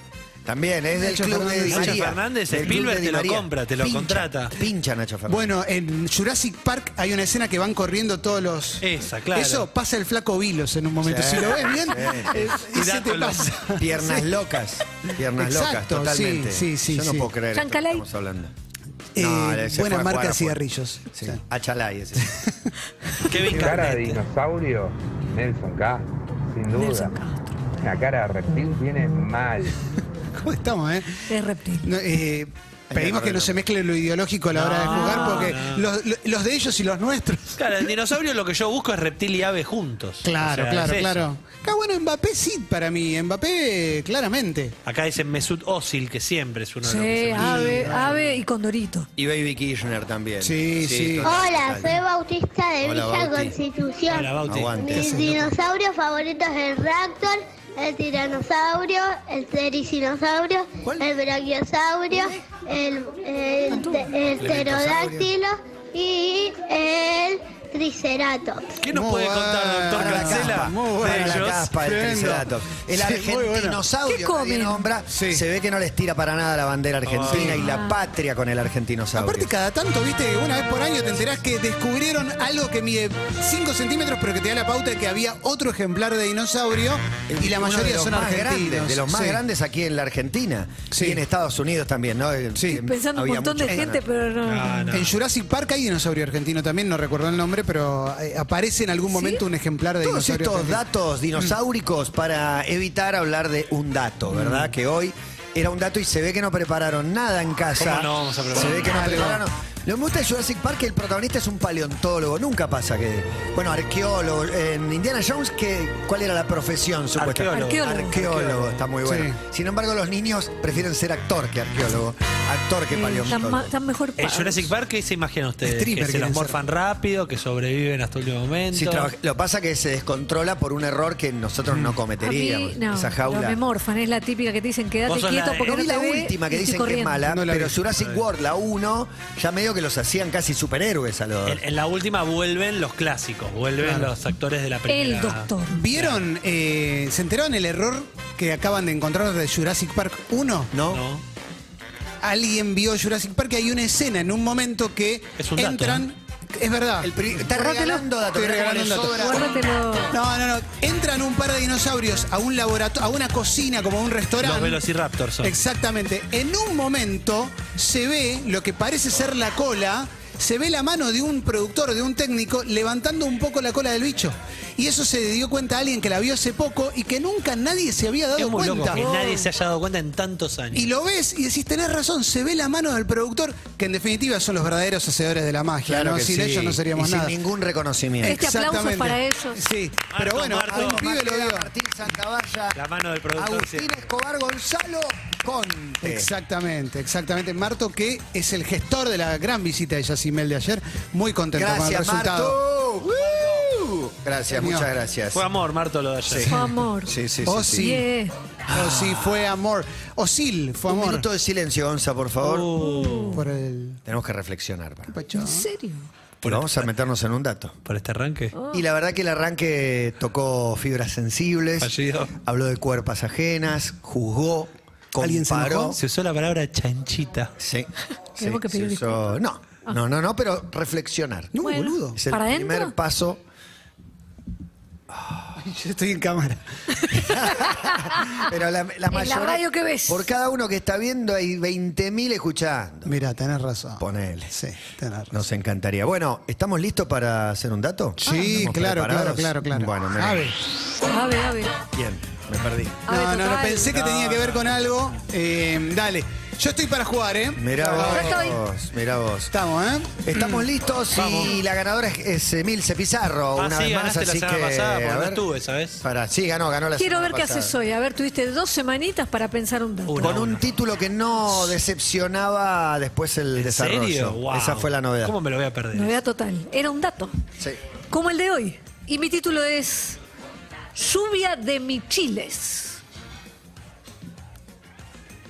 [SPEAKER 10] También,
[SPEAKER 3] ¿eh?
[SPEAKER 10] es del
[SPEAKER 4] Nacho
[SPEAKER 10] club de
[SPEAKER 4] Fernández.
[SPEAKER 10] Di
[SPEAKER 4] Nacho
[SPEAKER 10] María.
[SPEAKER 6] Fernández,
[SPEAKER 10] Del club
[SPEAKER 6] Spielberg
[SPEAKER 10] de Di
[SPEAKER 6] te lo
[SPEAKER 10] María.
[SPEAKER 6] compra, te lo
[SPEAKER 10] Pincha,
[SPEAKER 6] contrata.
[SPEAKER 10] Pincha Nacho Fernández.
[SPEAKER 4] Bueno, en Jurassic Park hay una escena que van corriendo todos los.
[SPEAKER 6] Esa, claro.
[SPEAKER 4] Eso pasa el flaco Vilos en un momento.
[SPEAKER 3] Sí.
[SPEAKER 4] Si lo ves bien, eh, ese te
[SPEAKER 6] Mirátelo.
[SPEAKER 4] pasa.
[SPEAKER 3] Piernas locas. Piernas locas,
[SPEAKER 4] Exacto,
[SPEAKER 3] totalmente.
[SPEAKER 4] sí, sí, sí,
[SPEAKER 3] Yo no
[SPEAKER 4] sí.
[SPEAKER 3] puedo creer esto que
[SPEAKER 5] Chancalay.
[SPEAKER 3] estamos hablando.
[SPEAKER 4] Eh,
[SPEAKER 3] ese fue
[SPEAKER 4] buena
[SPEAKER 3] a
[SPEAKER 4] marca
[SPEAKER 3] jugar a
[SPEAKER 4] de cigarrillos.
[SPEAKER 3] fútbol. Sí,
[SPEAKER 4] O sea,
[SPEAKER 3] Achalay ese.
[SPEAKER 6] Kevin
[SPEAKER 12] Cara de
[SPEAKER 6] Garnett.
[SPEAKER 12] dinosaurio, Nelson Castro, sin duda.
[SPEAKER 5] Nelson Castro.
[SPEAKER 12] La cara de reptil viene mal.
[SPEAKER 4] ¿Cómo estamos, eh?
[SPEAKER 5] Es reptil.
[SPEAKER 4] No, eh,
[SPEAKER 3] que
[SPEAKER 4] pedimos que no
[SPEAKER 3] arreglarlo.
[SPEAKER 4] se mezcle lo ideológico a la hora de jugar porque los, lo- los de ellos y los nuestros.
[SPEAKER 6] Claro, el dinosaurio lo que yo busco es reptil y ave juntos.
[SPEAKER 4] Claro,
[SPEAKER 6] O sea,
[SPEAKER 4] claro,
[SPEAKER 6] es eso.
[SPEAKER 4] claro. Acá, bueno, Mbappé sí para mí. Mbappé, claramente.
[SPEAKER 6] Acá dicen Mesut Özil, que siempre es uno de los que
[SPEAKER 5] Sí, ah.
[SPEAKER 6] se
[SPEAKER 5] ave, ave y condorito.
[SPEAKER 3] Y Baby Kirchner también.
[SPEAKER 4] Sí, sí.
[SPEAKER 3] total,
[SPEAKER 13] Hola,
[SPEAKER 3] total.
[SPEAKER 13] soy Bautista de
[SPEAKER 3] Hola,
[SPEAKER 13] Villa
[SPEAKER 3] Bauti.
[SPEAKER 13] Constitución.
[SPEAKER 6] Hola, Bauti.
[SPEAKER 3] Aguante.
[SPEAKER 13] Mis dinosaurios favoritos es el raptor, el tiranosaurio, el terinosaurio, el brachiosaurio, el, el, el pterodáctilo y el triceratops.
[SPEAKER 6] ¿Qué nos
[SPEAKER 4] Muy
[SPEAKER 6] puede contar,
[SPEAKER 4] buena.
[SPEAKER 6] doctor
[SPEAKER 3] Para la
[SPEAKER 6] Cancela?
[SPEAKER 3] caspa,
[SPEAKER 4] Muy
[SPEAKER 3] para
[SPEAKER 4] buena
[SPEAKER 6] de
[SPEAKER 3] la
[SPEAKER 6] ellos?
[SPEAKER 3] caspa, el
[SPEAKER 4] Tremendo.
[SPEAKER 3] triceratops. El
[SPEAKER 4] Sí, muy bueno.
[SPEAKER 3] argentinosaurio
[SPEAKER 5] ¿Qué
[SPEAKER 3] que nadie
[SPEAKER 5] comen?
[SPEAKER 3] nombra,
[SPEAKER 4] Sí.
[SPEAKER 3] se ve que no les tira para nada la bandera argentina y
[SPEAKER 5] Ah.
[SPEAKER 3] la patria con el argentinosaurio.
[SPEAKER 4] Aparte, cada tanto, viste, una vez por año te enterás que descubrieron algo que mide 5 centímetros, pero que te da la pauta de que había otro ejemplar de dinosaurio y la
[SPEAKER 3] Uno de
[SPEAKER 4] mayoría
[SPEAKER 3] los
[SPEAKER 4] son
[SPEAKER 3] más
[SPEAKER 4] argentinos.
[SPEAKER 3] Grandes, de los más
[SPEAKER 4] Sí.
[SPEAKER 3] grandes aquí en la Argentina.
[SPEAKER 4] Sí.
[SPEAKER 3] Y en Estados Unidos también, ¿no? Eh,
[SPEAKER 4] Sí.
[SPEAKER 3] eh,
[SPEAKER 5] Pensando un
[SPEAKER 3] había
[SPEAKER 5] montón de
[SPEAKER 3] muchos.
[SPEAKER 5] gente, pero no.
[SPEAKER 6] Ah, no.
[SPEAKER 4] En Jurassic Park hay dinosaurio argentino también, no recuerdo el nombre, pero eh, aparece en algún momento un ejemplar de
[SPEAKER 3] Todos
[SPEAKER 4] dinosaurio.
[SPEAKER 3] estos
[SPEAKER 4] argentino.
[SPEAKER 3] datos dinosauricos para evitar hablar de un dato, ¿verdad? Que hoy era un dato y se ve que no prepararon nada en casa.
[SPEAKER 6] ¿Cómo no vamos a preparar
[SPEAKER 3] Se ve que no
[SPEAKER 4] algo?
[SPEAKER 3] prepararon. Lo que me gusta de Jurassic Park es que el protagonista es un paleontólogo. Nunca pasa que. Bueno, arqueólogo. En Indiana Jones, que, ¿cuál era la profesión supuestamente?
[SPEAKER 5] Arqueólogo.
[SPEAKER 3] Arqueólogo. Arqueólogo, está muy bueno.
[SPEAKER 4] Sí.
[SPEAKER 3] Sin embargo, los niños prefieren ser actor que arqueólogo. Actor que
[SPEAKER 5] Eh, están,
[SPEAKER 3] paleontólogo.
[SPEAKER 5] ma- están mejor
[SPEAKER 6] En
[SPEAKER 5] pagos.
[SPEAKER 6] Eh, Jurassic Park, ¿qué se imaginan ustedes?
[SPEAKER 4] Stripper
[SPEAKER 6] que se
[SPEAKER 4] quieren
[SPEAKER 6] los
[SPEAKER 4] ser.
[SPEAKER 6] morfan rápido, que sobreviven hasta el último momento.
[SPEAKER 3] Sí, traba- lo pasa que se descontrola por un error que nosotros no
[SPEAKER 5] Mm. A mí,
[SPEAKER 3] cometeríamos.
[SPEAKER 5] no,
[SPEAKER 3] Esa jaula.
[SPEAKER 5] no me morfan, es la típica que te dicen quédate
[SPEAKER 6] Vos sos
[SPEAKER 5] quieto
[SPEAKER 6] la de-
[SPEAKER 5] porque
[SPEAKER 3] No
[SPEAKER 5] no
[SPEAKER 3] vi
[SPEAKER 5] te
[SPEAKER 3] la
[SPEAKER 5] ve
[SPEAKER 3] última que
[SPEAKER 5] y estoy
[SPEAKER 3] dicen que es
[SPEAKER 5] corriendo.
[SPEAKER 3] mala,
[SPEAKER 4] No la
[SPEAKER 3] pero
[SPEAKER 4] vi.
[SPEAKER 3] Jurassic World, la 1, ya medio que los hacían casi superhéroes a los.
[SPEAKER 6] En, en la última vuelven los clásicos, vuelven los actores de la primera.
[SPEAKER 5] El doctor.
[SPEAKER 4] ¿Vieron, eh, se enteraron el error que acaban de encontrar de Jurassic Park 1?
[SPEAKER 3] ¿No?
[SPEAKER 6] ¿No?
[SPEAKER 4] Alguien vio Jurassic Park y hay una escena en un momento que
[SPEAKER 6] Es un dato, ¿eh?
[SPEAKER 4] entran... Es verdad.
[SPEAKER 3] El pri- está regalando datos.
[SPEAKER 4] Estoy
[SPEAKER 3] mirá cómo le
[SPEAKER 4] regalando datos.
[SPEAKER 3] sobra.
[SPEAKER 5] Guárdatelo.
[SPEAKER 4] No, no, no. Entran un par de dinosaurios a un laboratorio, a una cocina, como a un restaurante.
[SPEAKER 6] Los velociraptors son.
[SPEAKER 4] Exactamente. En un momento se ve lo que parece ser la cola. Se ve la mano de un productor, de un técnico, levantando un poco la cola del bicho. Y eso se dio cuenta alguien que la vio hace poco y que nunca nadie se había dado
[SPEAKER 6] Es muy
[SPEAKER 4] cuenta.
[SPEAKER 6] loco que nadie se haya dado cuenta en tantos años.
[SPEAKER 4] Y lo ves y decís, tenés razón, se ve la mano del productor, que en definitiva son los verdaderos hacedores de la magia.
[SPEAKER 3] Claro
[SPEAKER 4] ¿no?
[SPEAKER 3] que
[SPEAKER 4] Sin
[SPEAKER 3] sí.
[SPEAKER 4] ellos no seríamos
[SPEAKER 3] Y
[SPEAKER 4] nada.
[SPEAKER 3] Sin ningún reconocimiento.
[SPEAKER 5] Este aplauso
[SPEAKER 4] Exactamente.
[SPEAKER 5] para ellos.
[SPEAKER 4] Sí, pero
[SPEAKER 6] Marto,
[SPEAKER 4] bueno,
[SPEAKER 6] Marto.
[SPEAKER 4] algún pibe lo
[SPEAKER 3] Marcela,
[SPEAKER 4] vio.
[SPEAKER 3] Martín Santavalla,
[SPEAKER 6] La mano del productor
[SPEAKER 3] Agustín
[SPEAKER 6] siempre.
[SPEAKER 3] Escobar Gonzalo Conte.
[SPEAKER 4] Exactamente, exactamente. Marto, que es el gestor de la gran visita de Yacimel de ayer. Muy contento con el
[SPEAKER 3] Gracias,
[SPEAKER 4] resultado.
[SPEAKER 3] Marto. ¡Woo! Gracias,
[SPEAKER 4] Señor.
[SPEAKER 3] muchas gracias.
[SPEAKER 6] Fue amor, Marto, lo de ayer.
[SPEAKER 5] Fue amor.
[SPEAKER 3] Sí, sí, sí.
[SPEAKER 4] Oh,
[SPEAKER 3] sí.
[SPEAKER 4] sí.
[SPEAKER 5] Bien.
[SPEAKER 4] O si
[SPEAKER 3] Ah.
[SPEAKER 4] fue amor. O Sil fue
[SPEAKER 3] Un
[SPEAKER 4] amor.
[SPEAKER 3] minuto de silencio, Gonza, por favor.
[SPEAKER 6] Uh.
[SPEAKER 4] Por el
[SPEAKER 3] Tenemos que reflexionar. para-
[SPEAKER 4] pecho.
[SPEAKER 5] ¿En serio?
[SPEAKER 3] Porque vamos a meternos en un dato.
[SPEAKER 6] Por este arranque.
[SPEAKER 3] Y la verdad que el arranque tocó fibras sensibles,
[SPEAKER 6] Fallido.
[SPEAKER 3] habló de cuerpas ajenas, juzgó,
[SPEAKER 4] ¿Alguien se
[SPEAKER 3] comparó.
[SPEAKER 4] enojó?
[SPEAKER 6] Se usó la palabra chanchita.
[SPEAKER 3] Sí. sí,
[SPEAKER 5] Tenemos que
[SPEAKER 3] se
[SPEAKER 5] pedir Ah.
[SPEAKER 3] usó- No, No, no, no, pero reflexionar.
[SPEAKER 4] No, Bueno, boludo.
[SPEAKER 3] Es el
[SPEAKER 4] ¿para
[SPEAKER 3] primer
[SPEAKER 4] adentro?
[SPEAKER 3] paso.
[SPEAKER 4] Yo estoy en cámara.
[SPEAKER 3] Pero la,
[SPEAKER 5] Ah, En la radio que ves.
[SPEAKER 3] Por cada uno que está viendo hay 20.000 escuchando.
[SPEAKER 4] Mira, tenés razón.
[SPEAKER 3] Ponele.
[SPEAKER 4] Sí, tenés razón.
[SPEAKER 3] Nos encantaría. Bueno, ¿estamos listos para hacer un dato?
[SPEAKER 4] Sí,
[SPEAKER 3] Ah, ¿Estamos
[SPEAKER 4] claro,
[SPEAKER 3] preparados?
[SPEAKER 4] claro, claro, claro.
[SPEAKER 3] Bueno, me-
[SPEAKER 4] Ave.
[SPEAKER 5] Ave, ave.
[SPEAKER 3] bien, me perdí.
[SPEAKER 5] Ave
[SPEAKER 4] No, no, no,
[SPEAKER 5] total.
[SPEAKER 4] pensé que tenía que ver con algo. Eh, dale. Yo estoy para jugar, ¿eh?
[SPEAKER 3] Mirá
[SPEAKER 5] estoy.
[SPEAKER 3] vos, mirá vos.
[SPEAKER 4] Estamos, ¿eh?
[SPEAKER 3] Estamos listos y la ganadora es, es Emilce Pizarro
[SPEAKER 6] Mm. Ah,
[SPEAKER 3] una
[SPEAKER 6] sí,
[SPEAKER 3] vez más,
[SPEAKER 6] ganaste la
[SPEAKER 3] así
[SPEAKER 6] semana
[SPEAKER 3] que
[SPEAKER 6] pasada, porque
[SPEAKER 3] a
[SPEAKER 6] no
[SPEAKER 3] ver,
[SPEAKER 6] estuve, ¿sabes?
[SPEAKER 3] para, sí, ganó, ganó la
[SPEAKER 5] Quiero
[SPEAKER 3] semana
[SPEAKER 5] ver qué
[SPEAKER 3] pasada.
[SPEAKER 5] haces hoy. A ver, tuviste dos semanitas para pensar un dato.
[SPEAKER 6] Una,
[SPEAKER 3] Con un
[SPEAKER 6] una.
[SPEAKER 3] título que no decepcionaba después el
[SPEAKER 6] ¿En
[SPEAKER 3] desarrollo.
[SPEAKER 6] serio? Wow.
[SPEAKER 3] Esa fue la novedad.
[SPEAKER 6] ¿Cómo me lo voy a perder?
[SPEAKER 5] Novedad total. Era un dato.
[SPEAKER 3] Sí.
[SPEAKER 5] Como el de hoy. Y mi título es Lluvia de Michiles.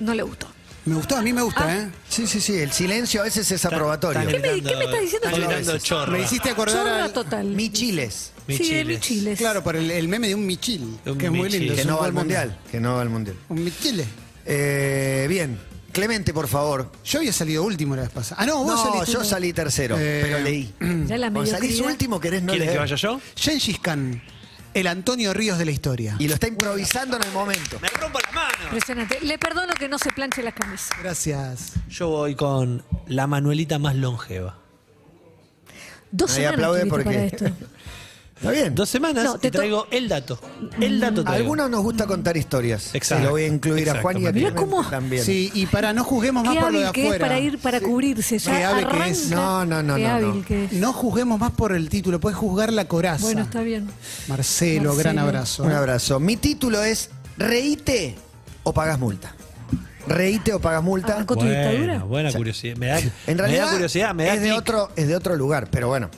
[SPEAKER 5] No le gustó.
[SPEAKER 4] Me gustó, a mí me gusta, ¿eh?
[SPEAKER 3] Sí, sí, sí, el silencio a veces es aprobatorio.
[SPEAKER 5] ¿Qué me- qué me estás diciendo?
[SPEAKER 6] Están gritando chorra.
[SPEAKER 4] Me hiciste acordar
[SPEAKER 5] Chorra
[SPEAKER 4] al-
[SPEAKER 5] total.
[SPEAKER 3] Michiles,
[SPEAKER 5] Sí, de
[SPEAKER 6] Michiles.
[SPEAKER 5] Michiles.
[SPEAKER 4] Claro, por el, el meme de un michil,
[SPEAKER 6] Un
[SPEAKER 4] que es muy lindo.
[SPEAKER 6] michil.
[SPEAKER 4] es
[SPEAKER 3] que
[SPEAKER 4] un
[SPEAKER 3] no va
[SPEAKER 4] buen
[SPEAKER 3] al
[SPEAKER 4] meme.
[SPEAKER 3] mundial. Que no va al mundial.
[SPEAKER 4] Un michile.
[SPEAKER 3] Eh, bien, Clemente, por favor.
[SPEAKER 4] Yo había salido último la vez pasada. Ah, no, vos
[SPEAKER 3] No,
[SPEAKER 4] saliste
[SPEAKER 3] yo
[SPEAKER 4] último.
[SPEAKER 3] salí tercero,
[SPEAKER 4] Eh,
[SPEAKER 3] pero leí.
[SPEAKER 5] Ya la ¿eh?
[SPEAKER 3] Cuando salís
[SPEAKER 5] mediocridad.
[SPEAKER 3] último querés no
[SPEAKER 6] ¿Quieren que
[SPEAKER 3] leer.
[SPEAKER 6] vaya yo?
[SPEAKER 4] Gengis Khan, el Antonio Ríos de la historia.
[SPEAKER 3] Y lo está improvisando en el momento.
[SPEAKER 6] Me rompo la mano.
[SPEAKER 5] Impresionante. Le perdono que no se planche las camisas.
[SPEAKER 4] Gracias.
[SPEAKER 6] Yo voy con la Manuelita más longeva.
[SPEAKER 5] Dos
[SPEAKER 3] Nadie
[SPEAKER 5] semanas
[SPEAKER 3] aplaude
[SPEAKER 5] tuviste para
[SPEAKER 3] porque-
[SPEAKER 5] esto.
[SPEAKER 3] Está bien.
[SPEAKER 6] Dos semanas
[SPEAKER 5] No, te
[SPEAKER 6] te
[SPEAKER 5] to-
[SPEAKER 6] traigo el dato. El dato traigo.
[SPEAKER 3] Algunos nos gusta contar historias.
[SPEAKER 6] Exacto.
[SPEAKER 3] Y lo voy a incluir a
[SPEAKER 6] Exacto,
[SPEAKER 3] Juan y a
[SPEAKER 6] Matías.
[SPEAKER 5] Mirá cómo-
[SPEAKER 3] Clemente también.
[SPEAKER 4] Sí, y para no juzguemos más
[SPEAKER 5] Qué
[SPEAKER 4] por lo de
[SPEAKER 5] hábil que es
[SPEAKER 4] afuera.
[SPEAKER 5] para ir, para cubrirse. Ya
[SPEAKER 4] Qué hábil que es.
[SPEAKER 5] arranca.
[SPEAKER 3] No, no, no,
[SPEAKER 5] Qué
[SPEAKER 3] no, no.
[SPEAKER 5] hábil que es.
[SPEAKER 4] No juzguemos más por el título, puedes juzgar la coraza.
[SPEAKER 5] pues. Bueno, está bien.
[SPEAKER 4] Marcelo,
[SPEAKER 5] Marcelo.
[SPEAKER 4] gran abrazo. ¿eh?
[SPEAKER 3] Un abrazo. Mi título es Reíte o pagás multa. Reíte o pagás multa.
[SPEAKER 5] Arrancó tu dictadura.
[SPEAKER 6] Buena, buena curiosidad. Me da,
[SPEAKER 3] En
[SPEAKER 6] me
[SPEAKER 3] realidad
[SPEAKER 6] da curiosidad, me da
[SPEAKER 3] es, de
[SPEAKER 6] clic.
[SPEAKER 3] otro, es de otro lugar, pero bueno,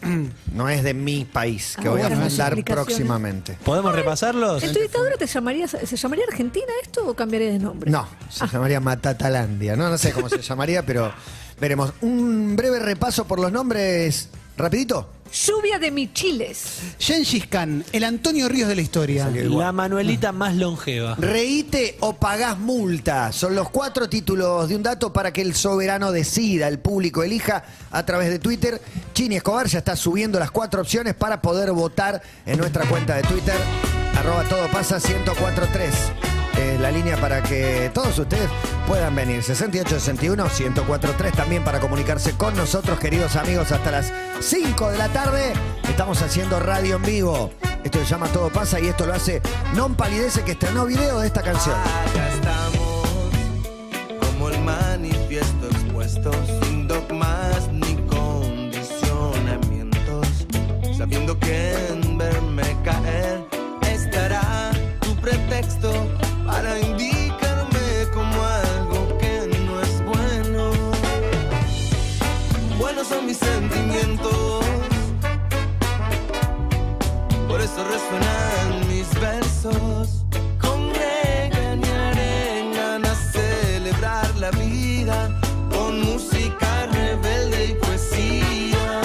[SPEAKER 3] no es de mi país, que
[SPEAKER 5] Ah,
[SPEAKER 3] voy a
[SPEAKER 5] bueno, las
[SPEAKER 3] fundar
[SPEAKER 5] explicaciones.
[SPEAKER 3] próximamente.
[SPEAKER 6] ¿Podemos repasarlos?
[SPEAKER 5] ¿En tu dictadura te llamarías, se llamaría Argentina esto o cambiaría de nombre?
[SPEAKER 3] No,
[SPEAKER 5] Ah.
[SPEAKER 3] se llamaría Matatalandia. No, no sé cómo se llamaría, pero veremos. Un breve repaso por los nombres, rapidito.
[SPEAKER 5] Lluvia de Michiles.
[SPEAKER 4] Gengis Khan, el Antonio Ríos de la historia.
[SPEAKER 6] La Manuelita más longeva.
[SPEAKER 3] Reíte o pagás multa. Son los cuatro títulos de un dato para que el soberano decida, el público elija a través de Twitter. Chini Escobar ya está subiendo las cuatro opciones para poder votar en nuestra cuenta de Twitter. Arroba todo pasa 1043. Eh, la línea para que todos ustedes puedan venir. 6861-1043 también para comunicarse con nosotros, queridos amigos, hasta las 5 de la tarde. Estamos haciendo radio en vivo. Esto se llama Todo Pasa y esto lo hace Non Palidece que estrenó video de esta canción.
[SPEAKER 6] Ah.
[SPEAKER 14] Acá estamos, como el manifiesto expuesto, sin dogmas ni condicionamientos, sabiendo que en verme caer estará tu pretexto para indicarme como algo que no es bueno. Buenos son mis sentimientos, por eso resuenan mis versos. Congregan y arengan a celebrar la vida con música rebelde y poesía.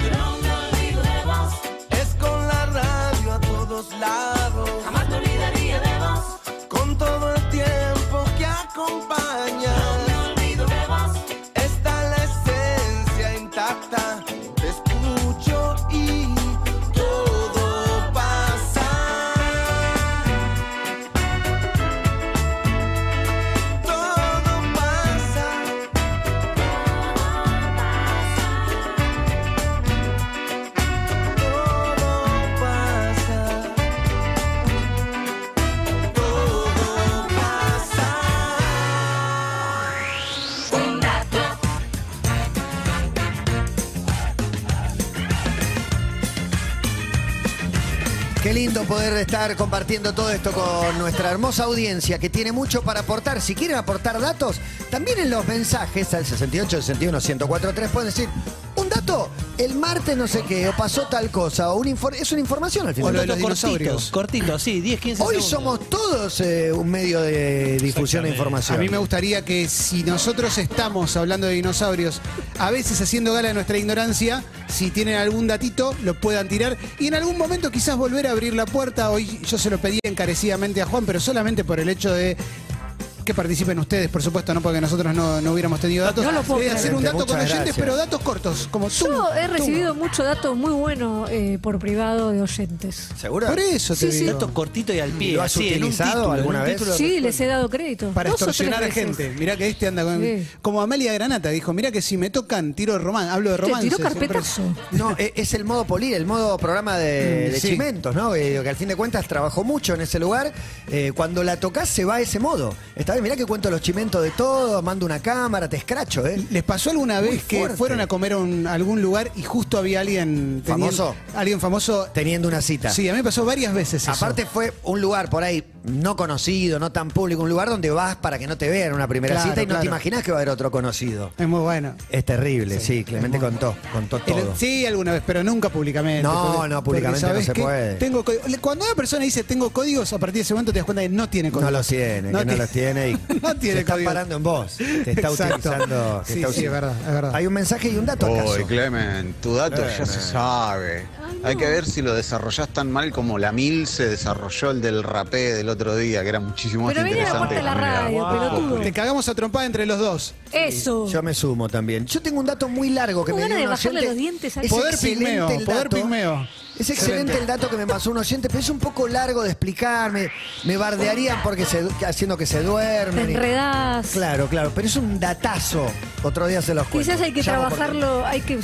[SPEAKER 2] Yo no me olvido de vos,
[SPEAKER 14] Es con la radio a todos lados,
[SPEAKER 2] jamás me olvidaría de vos.
[SPEAKER 14] con todo el tiempo que acompaña.
[SPEAKER 2] Me olvido de vos,
[SPEAKER 14] Está la esencia intacta, te escucho y todo pasa. Todo pasa. Todo pasa. Todo pasa.
[SPEAKER 3] Qué lindo poder estar compartiendo todo esto con nuestra hermosa audiencia que tiene mucho para aportar. Si quieren aportar datos, también en los mensajes al 68 61 1043 pueden decir un dato, el martes no sé qué, o pasó tal cosa, o un infor- es una información al
[SPEAKER 4] O
[SPEAKER 3] final.
[SPEAKER 4] lo de los
[SPEAKER 6] cortitos,
[SPEAKER 4] dinosaurios.
[SPEAKER 6] cortitos, sí, 10, 15
[SPEAKER 3] Hoy
[SPEAKER 6] segundos.
[SPEAKER 3] somos todos eh, un medio de difusión de
[SPEAKER 6] Exactamente.
[SPEAKER 3] información.
[SPEAKER 4] A mí me gustaría que si nosotros estamos hablando de dinosaurios, a veces haciendo gala de nuestra ignorancia, si tienen algún datito, lo puedan tirar. Y en algún momento quizás volver a abrir la puerta. Hoy yo se lo pedí encarecidamente a Juan, pero solamente por el hecho de que participen ustedes, por supuesto, no porque nosotros no, no hubiéramos tenido datos.
[SPEAKER 5] No lo puedo
[SPEAKER 4] de
[SPEAKER 5] creer.
[SPEAKER 4] hacer un dato
[SPEAKER 3] Muchas
[SPEAKER 4] con oyentes,
[SPEAKER 3] gracias.
[SPEAKER 4] pero datos cortos, como tú.
[SPEAKER 5] Yo he recibido muchos datos muy buenos eh, por privado de oyentes.
[SPEAKER 3] ¿Seguro?
[SPEAKER 4] Por eso te
[SPEAKER 5] Sí, sí.
[SPEAKER 4] digo.
[SPEAKER 6] Datos cortitos y al pie.
[SPEAKER 3] ¿Lo has
[SPEAKER 6] así, en un
[SPEAKER 3] utilizado
[SPEAKER 6] título, en
[SPEAKER 3] alguna
[SPEAKER 6] un
[SPEAKER 3] vez?
[SPEAKER 6] título.
[SPEAKER 5] Sí, les he dado crédito.
[SPEAKER 4] Para
[SPEAKER 5] Dos o tres
[SPEAKER 4] extorsionar a
[SPEAKER 5] veces.
[SPEAKER 4] gente. Mirá que este anda con.
[SPEAKER 5] Sí.
[SPEAKER 4] Como Amelia Granata dijo: Mirá que si me tocan, tiro de romance. Hablo de
[SPEAKER 5] Te
[SPEAKER 4] romance.
[SPEAKER 5] tiró carpetazo.
[SPEAKER 3] No, e- es el modo Polir, el modo programa de,
[SPEAKER 4] Mm,
[SPEAKER 3] de
[SPEAKER 4] sí.
[SPEAKER 3] Chimentos, ¿no? Eh, que al fin de cuentas trabajó mucho en ese lugar. Eh, cuando la tocas se va a ese modo. Esta vez mirá que cuento los chimentos de todos, mando una cámara, te escracho, ¿eh?
[SPEAKER 4] ¿Les pasó alguna
[SPEAKER 3] Muy
[SPEAKER 4] vez que
[SPEAKER 3] fuerte.
[SPEAKER 4] fueron a comer a un- a algún lugar y justo había alguien teniendo-
[SPEAKER 3] ¿Famoso?
[SPEAKER 4] Alguien famoso.
[SPEAKER 3] Teniendo una cita.
[SPEAKER 4] Sí, a mí me pasó varias veces eso.
[SPEAKER 3] Aparte fue un lugar por ahí no conocido, no tan público, un lugar donde vas para que no te vean en una primera
[SPEAKER 4] Claro,
[SPEAKER 3] cita y no
[SPEAKER 4] claro.
[SPEAKER 3] te imaginas que va a haber otro conocido.
[SPEAKER 4] es muy bueno.
[SPEAKER 3] Es terrible, sí, Clemente contó, contó
[SPEAKER 4] El-
[SPEAKER 3] todo.
[SPEAKER 4] sí, alguna vez, pero nunca públicamente.
[SPEAKER 3] No, no, públicamente
[SPEAKER 4] ¿sabés
[SPEAKER 3] no se
[SPEAKER 4] qué?
[SPEAKER 3] puede.
[SPEAKER 4] Tengo co- le- Cuando una persona dice tengo códigos, a partir de ese momento te das cuenta que no tiene
[SPEAKER 3] No
[SPEAKER 4] códigos.
[SPEAKER 3] los tiene, que no los tiene y
[SPEAKER 4] no tiene
[SPEAKER 3] se está
[SPEAKER 4] códigos.
[SPEAKER 3] parando en vos. Te está
[SPEAKER 4] Exacto.
[SPEAKER 3] utilizando. te
[SPEAKER 4] Sí,
[SPEAKER 3] está
[SPEAKER 4] sí, es verdad, es verdad.
[SPEAKER 3] Hay un mensaje y un dato acaso.
[SPEAKER 15] Oy, Clemen, tu dato ya se sabe. Hay que ver si lo desarrollás tan mal como la mil se desarrolló el del rapé del otro día, que era muchísimo más
[SPEAKER 5] Pero vení a la
[SPEAKER 15] interesante.
[SPEAKER 5] puerta de la radio, pelotudo.
[SPEAKER 4] Te cagamos a trompada entre los dos.
[SPEAKER 5] Eso.
[SPEAKER 3] Yo me sumo también. Yo tengo un dato muy largo que
[SPEAKER 5] Tengo
[SPEAKER 3] me dio
[SPEAKER 5] ganas
[SPEAKER 3] un
[SPEAKER 5] de bajarle
[SPEAKER 3] oyente.
[SPEAKER 5] los dientes a
[SPEAKER 3] Es
[SPEAKER 4] Poder
[SPEAKER 3] excelente
[SPEAKER 4] pigmeo,
[SPEAKER 3] el
[SPEAKER 4] poder
[SPEAKER 3] dato.
[SPEAKER 4] pigmeo.
[SPEAKER 3] Es excelente el dato que me pasó un oyente, pero es un poco largo de explicarme. Me bardearían porque se, haciendo que se
[SPEAKER 5] Te
[SPEAKER 3] duermen. y-
[SPEAKER 5] enredás.
[SPEAKER 3] Claro, claro, pero es un datazo. Otro día se los cuento.
[SPEAKER 5] Quizás hay que
[SPEAKER 3] Llamo porque-
[SPEAKER 5] trabajarlo, hay que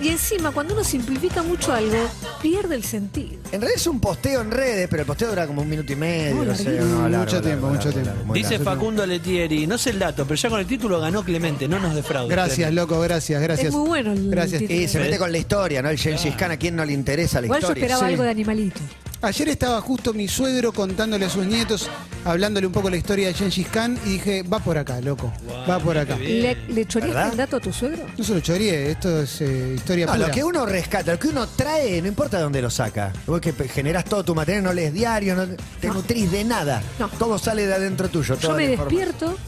[SPEAKER 5] y encima cuando uno simplifica mucho algo pierde el sentido.
[SPEAKER 3] En realidad es un posteo en redes, pero el posteo dura como un minuto y medio.
[SPEAKER 5] Muy
[SPEAKER 3] no sé,
[SPEAKER 5] largo.
[SPEAKER 3] no, largo,
[SPEAKER 4] Mucho
[SPEAKER 3] largo,
[SPEAKER 4] tiempo,
[SPEAKER 3] largo,
[SPEAKER 4] mucho
[SPEAKER 3] largo,
[SPEAKER 4] tiempo.
[SPEAKER 3] muy
[SPEAKER 6] Dice
[SPEAKER 3] largo.
[SPEAKER 6] Facundo Letieri, no sé el dato, pero ya con el título ganó Clemente, no nos defraudes.
[SPEAKER 5] Este,
[SPEAKER 4] Gracias,
[SPEAKER 6] Clemente.
[SPEAKER 4] loco, gracias, gracias.
[SPEAKER 5] Es muy bueno el
[SPEAKER 4] Gracias.
[SPEAKER 5] título.
[SPEAKER 3] Y Eh, se mete con la historia, ¿no? El Gengis Khan, a quien no le interesa la
[SPEAKER 5] Igual yo
[SPEAKER 3] historia.
[SPEAKER 5] esperaba
[SPEAKER 4] sí.
[SPEAKER 5] algo de animalito.
[SPEAKER 4] Ayer estaba justo mi suegro contándole a sus nietos, hablándole un poco la historia de Gengis Khan, y dije, va por acá, loco, va por acá.
[SPEAKER 5] ¿Le, le choreaste
[SPEAKER 3] ¿Verdad?
[SPEAKER 5] el dato a tu suegro?
[SPEAKER 4] No se lo choré, esto es eh, historia
[SPEAKER 3] No,
[SPEAKER 4] pura.
[SPEAKER 3] lo que uno rescata, lo que uno trae, no importa de dónde lo saca. Vos que pe- generás todo tu material, no lees diario, no te nutrís de nada.
[SPEAKER 5] No.
[SPEAKER 3] Todo sale de adentro tuyo.
[SPEAKER 5] Yo
[SPEAKER 3] toda
[SPEAKER 5] me
[SPEAKER 3] la información.
[SPEAKER 5] despierto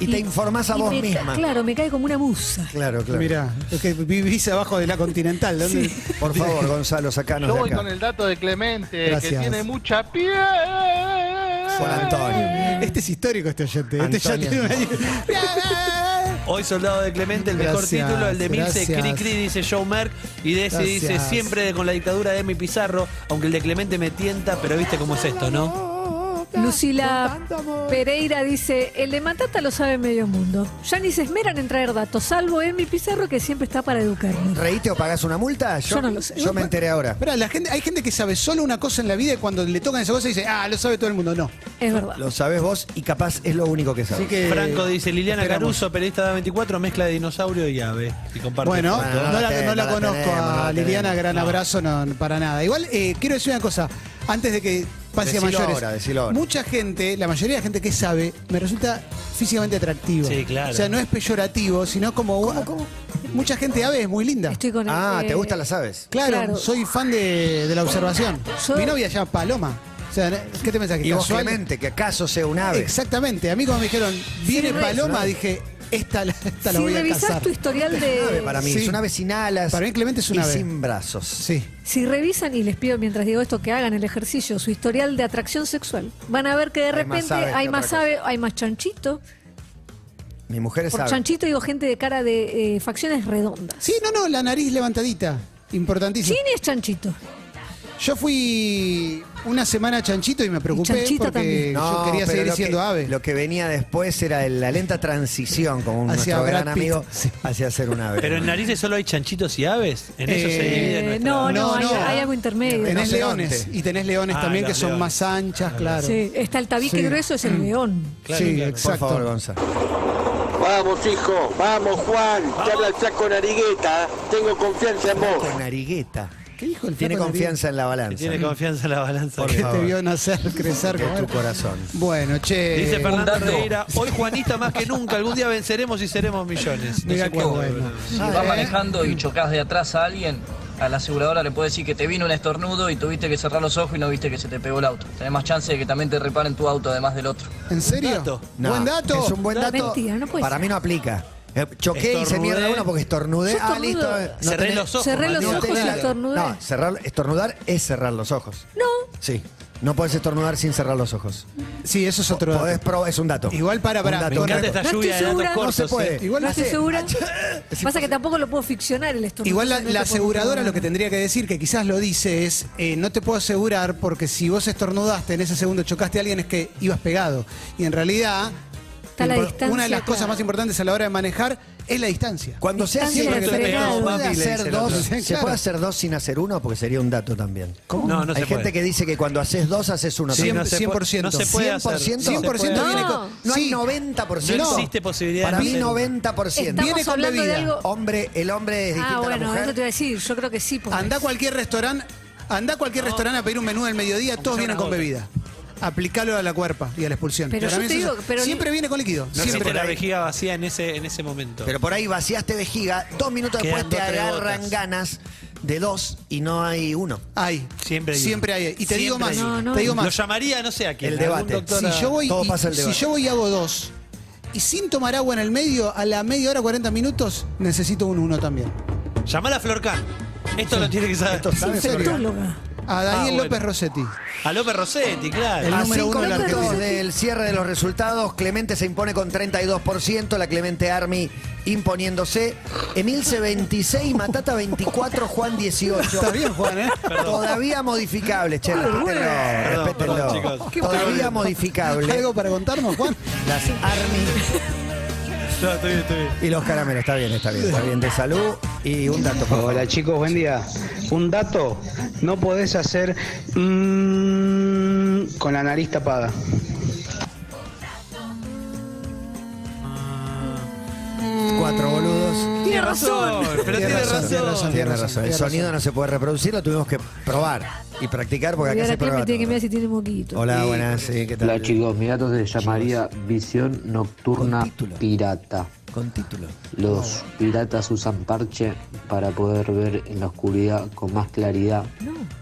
[SPEAKER 3] Y te informás a
[SPEAKER 5] y
[SPEAKER 3] vos
[SPEAKER 5] me ca-
[SPEAKER 3] misma.
[SPEAKER 5] Claro, me cae como una musa.
[SPEAKER 3] Claro, claro.
[SPEAKER 4] Mirá, es que vivís abajo de la Continental. ¿dónde?
[SPEAKER 3] Por favor, Gonzalo, sacanos
[SPEAKER 16] Yo
[SPEAKER 3] de
[SPEAKER 16] voy
[SPEAKER 3] acá.
[SPEAKER 16] con el dato de Clemente,
[SPEAKER 4] Gracias.
[SPEAKER 16] que tiene mucha piel.
[SPEAKER 3] Juan Antonio.
[SPEAKER 4] Este es histórico este oyente. Este ya
[SPEAKER 3] Antonio.
[SPEAKER 4] tiene un año.
[SPEAKER 6] Hoy Soldado de Clemente, el mejor
[SPEAKER 4] Gracias,
[SPEAKER 6] título, el de Milce
[SPEAKER 4] gracias.
[SPEAKER 6] Cri Cri, dice Joe Merck, y de ese dice
[SPEAKER 4] Gracias.
[SPEAKER 6] siempre de- con la dictadura de Emi Pizarro, aunque el de Clemente me tienta, pero viste cómo es esto, ¿no?
[SPEAKER 5] Lucila Pereira dice, el de Matata lo sabe medio mundo. Ya ni se esmeran en traer datos, salvo Emi Pizarro que siempre está para educarnos.
[SPEAKER 3] ¿Reíste o pagás una multa? Yo,
[SPEAKER 5] Yo no lo sé.
[SPEAKER 3] yo me enteré ahora.
[SPEAKER 4] Pero la gente, hay gente que sabe solo una cosa en la vida y cuando le tocan esa cosa dice, ah, lo sabe todo el mundo. No.
[SPEAKER 5] Es verdad.
[SPEAKER 3] Lo sabés vos y capaz es lo único que sabés.
[SPEAKER 4] Así que.
[SPEAKER 6] Franco dice Liliana
[SPEAKER 4] esperamos.
[SPEAKER 6] Caruso, periodista de 24, mezcla de dinosaurio y ave. Y comparte
[SPEAKER 4] Bueno,
[SPEAKER 6] fotos.
[SPEAKER 3] no
[SPEAKER 4] no,
[SPEAKER 3] la
[SPEAKER 4] la,
[SPEAKER 3] tenemos,
[SPEAKER 4] no la
[SPEAKER 3] no la
[SPEAKER 4] conozco
[SPEAKER 3] tenemos, no la
[SPEAKER 4] a Liliana,
[SPEAKER 3] tenemos.
[SPEAKER 4] gran
[SPEAKER 6] No.
[SPEAKER 4] abrazo, no, para nada. Igual eh, quiero decir una cosa, antes de que pase
[SPEAKER 3] Decilo
[SPEAKER 4] a mayores.
[SPEAKER 3] ahora, decilo ahora.
[SPEAKER 4] Mucha gente, la mayoría de la gente que sabe, me resulta físicamente atractivo.
[SPEAKER 6] Sí, claro.
[SPEAKER 4] O sea, no es peyorativo, sino como. Mucha gente ave es muy linda.
[SPEAKER 5] Estoy con
[SPEAKER 3] Ah,
[SPEAKER 5] el-
[SPEAKER 3] ¿te gustan las aves?
[SPEAKER 4] Claro,
[SPEAKER 5] Claro.
[SPEAKER 4] soy fan de, de la observación.
[SPEAKER 5] Yo-
[SPEAKER 4] Mi novia llama Paloma. O sea, ¿qué te pensás? que
[SPEAKER 3] Y vos,
[SPEAKER 4] casual?
[SPEAKER 3] Clemente, que acaso sea un ave.
[SPEAKER 4] Exactamente. A mí cuando me dijeron, viene
[SPEAKER 5] re-
[SPEAKER 4] Paloma, dije, esta, la- esta la
[SPEAKER 5] si
[SPEAKER 4] voy a
[SPEAKER 5] revisás
[SPEAKER 4] casar.
[SPEAKER 5] tu historial
[SPEAKER 3] Un ave para
[SPEAKER 5] de...
[SPEAKER 3] mí.
[SPEAKER 4] Sí.
[SPEAKER 3] Es un ave sin alas.
[SPEAKER 4] Para mí Clemente es un
[SPEAKER 3] y
[SPEAKER 4] ave.
[SPEAKER 3] sin brazos.
[SPEAKER 4] Sí.
[SPEAKER 5] Si revisan, y les pido mientras digo esto que hagan el ejercicio, su historial de atracción sexual, van a ver que de
[SPEAKER 3] Hay más
[SPEAKER 5] repente
[SPEAKER 3] aves que
[SPEAKER 5] hay
[SPEAKER 3] otra
[SPEAKER 5] más
[SPEAKER 3] cosa.
[SPEAKER 5] ave, hay más chanchito.
[SPEAKER 3] Mi mujer es
[SPEAKER 5] Por
[SPEAKER 3] ave.
[SPEAKER 5] chanchito digo gente de cara de eh, facciones redondas.
[SPEAKER 4] Sí, no, no, la nariz levantadita. Importantísimo.
[SPEAKER 5] Chini es chanchito.
[SPEAKER 4] Yo fui una semana a chanchito y me preocupé
[SPEAKER 5] chanchita
[SPEAKER 4] porque
[SPEAKER 5] también.
[SPEAKER 4] yo
[SPEAKER 3] pero
[SPEAKER 4] quería seguir
[SPEAKER 3] lo que-
[SPEAKER 4] siendo ave.
[SPEAKER 3] Lo que venía después era el- la lenta transición, como un
[SPEAKER 4] Hacia
[SPEAKER 3] nuestro
[SPEAKER 4] Brad
[SPEAKER 3] gran
[SPEAKER 4] Pitt.
[SPEAKER 3] amigo,
[SPEAKER 4] Sí.
[SPEAKER 3] hacia ser un ave.
[SPEAKER 6] Pero en narices solo hay chanchitos y aves. En eso se
[SPEAKER 4] Eh,
[SPEAKER 6] divide
[SPEAKER 5] Eh,
[SPEAKER 6] nuestra-
[SPEAKER 5] no, no,
[SPEAKER 4] No,
[SPEAKER 5] hay,
[SPEAKER 4] no.
[SPEAKER 5] hay algo intermedio.
[SPEAKER 4] Tenés
[SPEAKER 3] Rinoceronte.
[SPEAKER 4] leones y tenés leones
[SPEAKER 6] Ah,
[SPEAKER 4] también
[SPEAKER 6] los
[SPEAKER 4] que son
[SPEAKER 6] leones.
[SPEAKER 4] más
[SPEAKER 3] Ah,
[SPEAKER 4] anchas, claro.
[SPEAKER 5] Sí, está el tabique
[SPEAKER 4] Sí.
[SPEAKER 5] grueso, es
[SPEAKER 3] Mm.
[SPEAKER 5] el león.
[SPEAKER 6] Claro,
[SPEAKER 4] sí,
[SPEAKER 6] claro.
[SPEAKER 3] Por
[SPEAKER 4] exacto.
[SPEAKER 3] favor, Gonzalo.
[SPEAKER 14] Vamos, hijo, vamos, Juan. Te habla el flaco Narigueta. Tengo confianza en vos.
[SPEAKER 3] Flaco Narigueta.
[SPEAKER 4] ¿Qué dijo el
[SPEAKER 3] Tiene
[SPEAKER 4] flaco
[SPEAKER 3] confianza en la
[SPEAKER 6] Que
[SPEAKER 3] balanza.
[SPEAKER 6] tiene confianza en la balanza.
[SPEAKER 3] Por
[SPEAKER 4] Que
[SPEAKER 3] favor.
[SPEAKER 4] te vio nacer, crecer.
[SPEAKER 3] De
[SPEAKER 4] comer?
[SPEAKER 3] tu corazón.
[SPEAKER 4] Bueno, che.
[SPEAKER 5] Eh,
[SPEAKER 6] Dice Fernando
[SPEAKER 4] un dato.
[SPEAKER 6] Reira, hoy Juanita más que nunca, algún día venceremos y seremos millones. No
[SPEAKER 4] Mira
[SPEAKER 6] sé
[SPEAKER 4] qué
[SPEAKER 6] cuándo,
[SPEAKER 4] bueno.
[SPEAKER 17] Si
[SPEAKER 4] Ah,
[SPEAKER 17] vas
[SPEAKER 4] ¿eh?
[SPEAKER 17] manejando y chocas de atrás a alguien, a la aseguradora le puedes decir que te vino un estornudo y tuviste que cerrar los ojos y no viste que se te pegó el auto. Tenés más chance de que también te reparen tu auto además del otro.
[SPEAKER 4] ¿En serio?
[SPEAKER 6] Dato.
[SPEAKER 3] No,
[SPEAKER 4] Buen dato.
[SPEAKER 3] Es un buen dato.
[SPEAKER 5] Mentira, no puede
[SPEAKER 3] Para
[SPEAKER 5] ser.
[SPEAKER 3] mí no aplica. Eh, Choqué y se
[SPEAKER 6] Estornudé.
[SPEAKER 3] mierda uno porque estornudé.
[SPEAKER 5] Yo
[SPEAKER 3] Ah, listo.
[SPEAKER 5] estornudo.
[SPEAKER 3] eh, no
[SPEAKER 6] Cerré
[SPEAKER 3] tenés-
[SPEAKER 6] los ojos.
[SPEAKER 5] Cerré los
[SPEAKER 6] Matías.
[SPEAKER 5] ojos y
[SPEAKER 3] tenés-
[SPEAKER 5] estornudé.
[SPEAKER 3] No, cerrar, estornudar es cerrar los ojos.
[SPEAKER 5] No,
[SPEAKER 3] Sí. No puedes estornudar sin cerrar los ojos.
[SPEAKER 4] Sí, eso es otro
[SPEAKER 3] Podés probar, es un dato.
[SPEAKER 4] Igual para, para.
[SPEAKER 3] Un
[SPEAKER 6] Me
[SPEAKER 3] dato
[SPEAKER 6] encanta
[SPEAKER 3] récord.
[SPEAKER 6] esta
[SPEAKER 5] No
[SPEAKER 6] lluvia de
[SPEAKER 5] estoy
[SPEAKER 6] datos
[SPEAKER 5] segura.
[SPEAKER 6] cortos.
[SPEAKER 3] No se puede.
[SPEAKER 6] eh.
[SPEAKER 4] Igual
[SPEAKER 5] no
[SPEAKER 4] no
[SPEAKER 5] estoy
[SPEAKER 4] sé.
[SPEAKER 5] segura.
[SPEAKER 3] Es
[SPEAKER 5] Pasa que
[SPEAKER 3] imposible.
[SPEAKER 5] tampoco lo puedo ficcionar el estornudo.
[SPEAKER 4] Igual la,
[SPEAKER 5] no te
[SPEAKER 4] la
[SPEAKER 5] puedo
[SPEAKER 4] aseguradora
[SPEAKER 5] ficcionar.
[SPEAKER 4] lo que tendría que decir, que quizás lo dice, es eh, no te puedo asegurar porque si vos estornudaste en ese segundo chocaste a alguien es que ibas pegado. Y en realidad,
[SPEAKER 5] Está la
[SPEAKER 4] impor-
[SPEAKER 5] distancia,
[SPEAKER 4] una de las
[SPEAKER 5] claro.
[SPEAKER 4] cosas más importantes a la hora de manejar es la distancia.
[SPEAKER 3] Cuando se hace,
[SPEAKER 5] Distancia
[SPEAKER 3] se
[SPEAKER 5] de frenado.
[SPEAKER 3] puede
[SPEAKER 6] Papi, le dice
[SPEAKER 3] hacer
[SPEAKER 6] el
[SPEAKER 3] dos,
[SPEAKER 6] otro.
[SPEAKER 3] ¿se
[SPEAKER 4] Claro.
[SPEAKER 3] puede hacer dos sin hacer uno? Porque sería un dato también.
[SPEAKER 6] No, no
[SPEAKER 3] Hay
[SPEAKER 6] se
[SPEAKER 3] gente
[SPEAKER 6] puede.
[SPEAKER 3] que dice que cuando haces dos, haces uno.
[SPEAKER 6] Sí,
[SPEAKER 3] también.
[SPEAKER 6] no se puede-
[SPEAKER 4] 100%.
[SPEAKER 6] No se puede hacer.
[SPEAKER 3] 100%.
[SPEAKER 6] no se puede.
[SPEAKER 4] 100%
[SPEAKER 5] No.
[SPEAKER 4] viene
[SPEAKER 3] No,
[SPEAKER 4] con-
[SPEAKER 3] hay
[SPEAKER 4] Sí.
[SPEAKER 3] 90%.
[SPEAKER 6] No existe posibilidad
[SPEAKER 3] Para
[SPEAKER 6] de
[SPEAKER 3] mí,
[SPEAKER 6] hacer uno.
[SPEAKER 3] 90%.
[SPEAKER 5] Estamos
[SPEAKER 4] viene con
[SPEAKER 5] hablando de
[SPEAKER 4] bebida.
[SPEAKER 5] algo.
[SPEAKER 3] Hombre, el hombre es distinto
[SPEAKER 5] Ah,
[SPEAKER 3] a la
[SPEAKER 5] bueno,
[SPEAKER 3] mujer.
[SPEAKER 5] eso te iba a decir. Yo creo que sí. porque-
[SPEAKER 4] Anda a cualquier restaurante, anda a cualquier restaurante a pedir un menú del mediodía,
[SPEAKER 6] Aunque
[SPEAKER 4] todos
[SPEAKER 6] sea
[SPEAKER 4] vienen
[SPEAKER 6] una
[SPEAKER 4] con
[SPEAKER 6] gota.
[SPEAKER 4] bebida. Aplicalo a la cuerpa y a la expulsión.
[SPEAKER 5] Pero
[SPEAKER 4] Para
[SPEAKER 5] yo
[SPEAKER 4] mí
[SPEAKER 5] te
[SPEAKER 4] eso-
[SPEAKER 5] digo, pero-
[SPEAKER 4] siempre viene con líquido.
[SPEAKER 6] No
[SPEAKER 4] siempre.
[SPEAKER 6] existe la vejiga vacía en ese, en ese momento.
[SPEAKER 3] Pero por ahí vaciaste vejiga, dos minutos
[SPEAKER 6] Quedan
[SPEAKER 3] después te
[SPEAKER 6] dos, tres
[SPEAKER 3] agarran
[SPEAKER 6] gotas.
[SPEAKER 3] ganas de dos y no hay uno.
[SPEAKER 4] Hay.
[SPEAKER 6] Siempre hay
[SPEAKER 4] Siempre hay. Y te
[SPEAKER 6] Siempre
[SPEAKER 4] digo más.
[SPEAKER 6] hay uno.
[SPEAKER 5] No, no.
[SPEAKER 4] Te digo
[SPEAKER 6] Lo
[SPEAKER 4] más.
[SPEAKER 6] llamaría, no sé a quién.
[SPEAKER 3] El
[SPEAKER 6] algún
[SPEAKER 3] debate.
[SPEAKER 6] doctor a-
[SPEAKER 4] Si yo voy,
[SPEAKER 3] Todo
[SPEAKER 4] y,
[SPEAKER 3] pasa el
[SPEAKER 4] si
[SPEAKER 3] debate.
[SPEAKER 4] yo voy y hago dos y sin tomar agua en el medio, a la media hora, 40 minutos, necesito un uno también.
[SPEAKER 6] Llamala a Florcan. Esto lo tiene que saber.
[SPEAKER 3] Esto
[SPEAKER 5] Es
[SPEAKER 3] sabe Florian.
[SPEAKER 5] infectóloga.
[SPEAKER 4] A Daniel
[SPEAKER 6] Ah, bueno.
[SPEAKER 4] López Rossetti.
[SPEAKER 6] A López Rossetti, claro.
[SPEAKER 4] El
[SPEAKER 3] A
[SPEAKER 4] número
[SPEAKER 3] cinco
[SPEAKER 4] uno de la
[SPEAKER 3] minutos
[SPEAKER 4] Argentina.
[SPEAKER 3] del cierre de los resultados, Clemente se impone con 32%, la Clemente Army imponiéndose, Emilce 26, Matata 24, Juan 18.
[SPEAKER 4] Está bien, Juan, ¿eh?
[SPEAKER 3] Todavía modificables, che, respétenlo,
[SPEAKER 6] Perdón,
[SPEAKER 3] respétenlo.
[SPEAKER 6] perdón, chicos. Qué
[SPEAKER 3] Todavía
[SPEAKER 6] problema.
[SPEAKER 3] modificable.
[SPEAKER 4] ¿Algo para contarnos, Juan?
[SPEAKER 3] Las Army
[SPEAKER 6] No, estoy bien, estoy bien.
[SPEAKER 3] y los caramelos, está bien, está bien, está bien, de salud y un dato. por favor.
[SPEAKER 18] Hola chicos, buen día. Un dato, no podés hacer mmm con la nariz tapada.
[SPEAKER 3] Cuatro boludos.
[SPEAKER 6] Tiene razón. Pero tiene razón.
[SPEAKER 4] tiene razón.
[SPEAKER 3] Tiene razón, el
[SPEAKER 4] tiene
[SPEAKER 3] sonido no se puede reproducir, lo tuvimos que probar y practicar porque
[SPEAKER 5] Y
[SPEAKER 3] acá
[SPEAKER 5] ahora
[SPEAKER 3] se
[SPEAKER 5] Clemen
[SPEAKER 3] prueba.
[SPEAKER 5] tiene que
[SPEAKER 3] todo.
[SPEAKER 5] mirar si tiene moquito.
[SPEAKER 3] Hola, buenas, sí, ¿qué tal?
[SPEAKER 12] Hola chicos, mi dato se llamaría Visión Nocturna
[SPEAKER 3] Con título.
[SPEAKER 12] Pirata.
[SPEAKER 3] Con título.
[SPEAKER 12] Los piratas usan parche para poder ver en la oscuridad con más claridad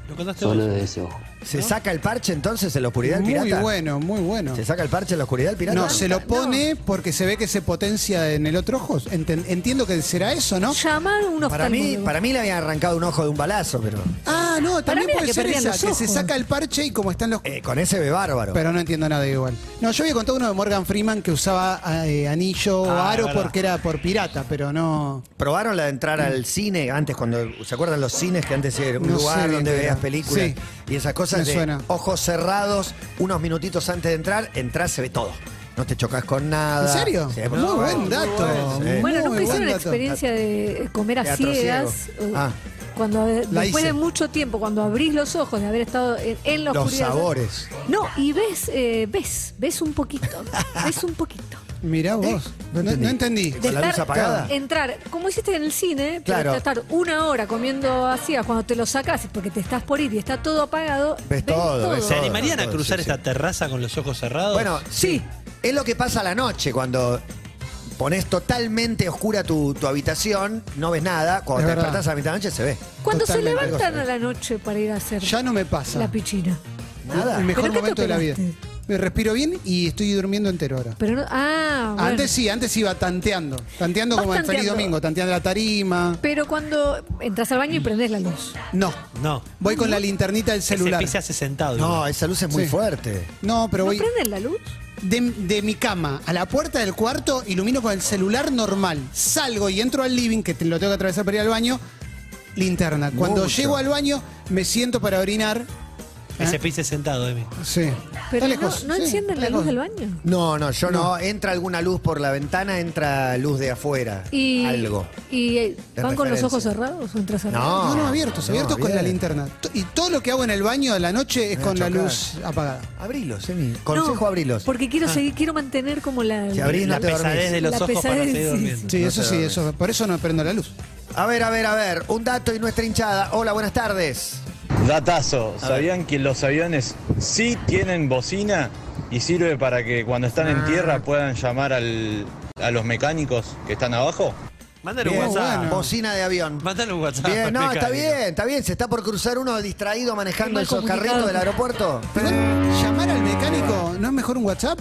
[SPEAKER 6] Lo contaste
[SPEAKER 12] solo
[SPEAKER 6] vos.
[SPEAKER 12] desde ese ojo.
[SPEAKER 3] ¿Se saca el parche entonces en la oscuridad del
[SPEAKER 4] Muy
[SPEAKER 3] pirata?
[SPEAKER 4] bueno, muy bueno.
[SPEAKER 3] ¿Se saca el parche en la oscuridad del pirata?
[SPEAKER 4] No, se lo pone porque se ve que se potencia en el otro ojo. Enten- entiendo que será eso, ¿no?
[SPEAKER 5] Llamar a un
[SPEAKER 3] Para mí,
[SPEAKER 5] oftalmólogo.
[SPEAKER 3] para mí le habían arrancado un ojo de un balazo, pero
[SPEAKER 4] Ah, no,
[SPEAKER 5] Para
[SPEAKER 4] también
[SPEAKER 5] mí era
[SPEAKER 4] puede
[SPEAKER 5] que
[SPEAKER 4] ser
[SPEAKER 5] perdían
[SPEAKER 4] esa,
[SPEAKER 5] los
[SPEAKER 4] que se
[SPEAKER 5] ojos.
[SPEAKER 4] saca el parche y como están los...
[SPEAKER 3] eh, con ese ve bárbaro.
[SPEAKER 4] Pero no entiendo nada igual. No, yo había contado uno de Morgan Freeman que usaba eh, anillo o
[SPEAKER 6] Ah,
[SPEAKER 4] aro
[SPEAKER 6] verdad.
[SPEAKER 4] porque era por pirata, pero no...
[SPEAKER 3] ¿Probaron la de entrar al cine antes, cuando se acuerdan los cines que antes era un
[SPEAKER 4] No
[SPEAKER 3] lugar
[SPEAKER 4] sé,
[SPEAKER 3] donde
[SPEAKER 4] pero-
[SPEAKER 3] veías películas
[SPEAKER 4] sí.
[SPEAKER 3] y esas cosas
[SPEAKER 4] Me
[SPEAKER 3] de
[SPEAKER 4] suena.
[SPEAKER 3] ojos cerrados, unos minutitos antes de entrar, entras, se ve todo. No te chocas con nada.
[SPEAKER 4] ¿En serio?
[SPEAKER 3] Sí,
[SPEAKER 4] muy
[SPEAKER 3] no,
[SPEAKER 4] buen
[SPEAKER 3] muy
[SPEAKER 4] dato.
[SPEAKER 3] bueno, sí.
[SPEAKER 5] Bueno,
[SPEAKER 4] muy
[SPEAKER 5] nunca hicieron
[SPEAKER 4] buen
[SPEAKER 5] la
[SPEAKER 4] dato.
[SPEAKER 5] experiencia de comer a
[SPEAKER 3] Teatro
[SPEAKER 5] ciegas.
[SPEAKER 3] ciego.
[SPEAKER 5] Eh,
[SPEAKER 3] Ah.
[SPEAKER 5] Cuando, eh,
[SPEAKER 4] La
[SPEAKER 5] después
[SPEAKER 4] hice.
[SPEAKER 5] de mucho tiempo, cuando abrís los ojos de haber estado en, en la
[SPEAKER 3] Los
[SPEAKER 5] oscuridad.
[SPEAKER 3] sabores.
[SPEAKER 5] No, y ves, eh, ves, ves un poquito, ves un poquito.
[SPEAKER 4] Mirá vos.
[SPEAKER 3] no
[SPEAKER 4] Eh, no,
[SPEAKER 3] entendí.
[SPEAKER 4] no entendí.
[SPEAKER 3] ¿Con la luz apagada?
[SPEAKER 5] entrar, como hiciste en el cine,
[SPEAKER 3] Claro.
[SPEAKER 5] pero estar una hora comiendo a ciegas cuando te lo sacás porque te estás por ir y está todo apagado.
[SPEAKER 3] Ves todo, ves
[SPEAKER 6] ¿Se
[SPEAKER 3] todo.
[SPEAKER 6] animarían a
[SPEAKER 3] todo,
[SPEAKER 6] cruzar
[SPEAKER 3] sí, sí.
[SPEAKER 6] esta terraza con los ojos cerrados?
[SPEAKER 3] Bueno, sí. Es lo que pasa a la noche cuando pones totalmente oscura tu, tu habitación, no ves nada. Cuando
[SPEAKER 4] Es
[SPEAKER 3] te
[SPEAKER 4] verdad.
[SPEAKER 3] despertás a la mitad de la noche se ve.
[SPEAKER 5] Cuando
[SPEAKER 4] Totalmente.
[SPEAKER 5] se levantan a la noche para ir a hacer
[SPEAKER 4] Ya no me pasa.
[SPEAKER 5] la pichina.
[SPEAKER 3] Nada.
[SPEAKER 4] El mejor
[SPEAKER 5] ¿Pero qué te
[SPEAKER 4] momento de la vida.
[SPEAKER 5] operaste?
[SPEAKER 4] Me respiro bien y estoy durmiendo entero ahora.
[SPEAKER 5] Pero no, ah, bueno.
[SPEAKER 4] Antes sí, antes iba tanteando. Tanteando
[SPEAKER 5] Vas
[SPEAKER 4] como en Feliz
[SPEAKER 5] tanteando.
[SPEAKER 4] Domingo, tanteando la tarima.
[SPEAKER 5] Pero cuando entras al baño y prendés la luz.
[SPEAKER 4] No.
[SPEAKER 6] no.
[SPEAKER 4] Voy con la linternita del
[SPEAKER 6] Ese
[SPEAKER 4] celular.
[SPEAKER 6] pis se hace sentado.
[SPEAKER 3] No, esa luz es muy
[SPEAKER 4] Sí.
[SPEAKER 3] fuerte.
[SPEAKER 4] No, pero
[SPEAKER 5] ¿No
[SPEAKER 4] voy
[SPEAKER 5] prenden la luz?
[SPEAKER 4] de, de mi cama a la puerta del cuarto, ilumino con el celular normal. Salgo y entro al living, que te- lo tengo que atravesar para ir al baño, linterna. Cuando
[SPEAKER 3] Mucho.
[SPEAKER 4] llego al baño, me siento para orinar.
[SPEAKER 6] Ese
[SPEAKER 4] ¿Eh?
[SPEAKER 6] pis es sentado, Emi.
[SPEAKER 4] Sí.
[SPEAKER 5] Pero
[SPEAKER 4] Está
[SPEAKER 5] no,
[SPEAKER 4] lejos,
[SPEAKER 5] no
[SPEAKER 4] sí,
[SPEAKER 5] encienden
[SPEAKER 4] está
[SPEAKER 5] la
[SPEAKER 4] lejos.
[SPEAKER 5] luz del baño.
[SPEAKER 3] No, no, yo no. Entra alguna luz por la ventana, entra luz de afuera.
[SPEAKER 5] Y,
[SPEAKER 3] Algo.
[SPEAKER 5] ¿Y eh,
[SPEAKER 3] De
[SPEAKER 5] van con los
[SPEAKER 3] referencia.
[SPEAKER 5] ojos cerrados o entras
[SPEAKER 3] No.
[SPEAKER 5] cerrado?
[SPEAKER 4] No, no, abiertos,
[SPEAKER 3] Ah, No,
[SPEAKER 4] abiertos con la
[SPEAKER 3] bien.
[SPEAKER 4] linterna. T- Y todo lo que hago en el baño de la noche es
[SPEAKER 3] Me
[SPEAKER 4] con la
[SPEAKER 3] chocar.
[SPEAKER 4] luz apagada.
[SPEAKER 3] Abrilos, Emi. Consejo abrilos.
[SPEAKER 5] Porque quiero seguir, quiero mantener como
[SPEAKER 3] Ah.
[SPEAKER 5] la.
[SPEAKER 3] Si abrís,
[SPEAKER 6] La
[SPEAKER 3] no te
[SPEAKER 6] pesadez
[SPEAKER 3] dormís.
[SPEAKER 6] de los
[SPEAKER 5] La
[SPEAKER 6] ojos para
[SPEAKER 5] pesadez,
[SPEAKER 6] seguir
[SPEAKER 5] sí,
[SPEAKER 6] durmiendo.
[SPEAKER 4] Sí,
[SPEAKER 3] No
[SPEAKER 4] eso
[SPEAKER 3] te
[SPEAKER 4] sí,
[SPEAKER 3] dormís.
[SPEAKER 4] eso. Por eso no prendo la luz.
[SPEAKER 3] A ver, a ver, a ver. Un dato y nuestra hinchada. Hola, buenas tardes.
[SPEAKER 19] Datazo, ¿sabían que los aviones sí tienen bocina y sirve para que cuando están
[SPEAKER 3] Ah.
[SPEAKER 19] en tierra puedan llamar al- a los mecánicos que están abajo?
[SPEAKER 6] Mándale un
[SPEAKER 3] Bien,
[SPEAKER 6] WhatsApp.
[SPEAKER 3] bueno. Bocina de avión.
[SPEAKER 6] Mándale un WhatsApp.
[SPEAKER 3] Bien, no, está
[SPEAKER 6] mecánico.
[SPEAKER 3] bien, está bien. Se está por cruzar uno distraído manejando
[SPEAKER 5] Mal
[SPEAKER 3] esos
[SPEAKER 5] comunicado.
[SPEAKER 3] carritos del aeropuerto.
[SPEAKER 4] Pero, ¿Llamar al mecánico no es mejor un WhatsApp?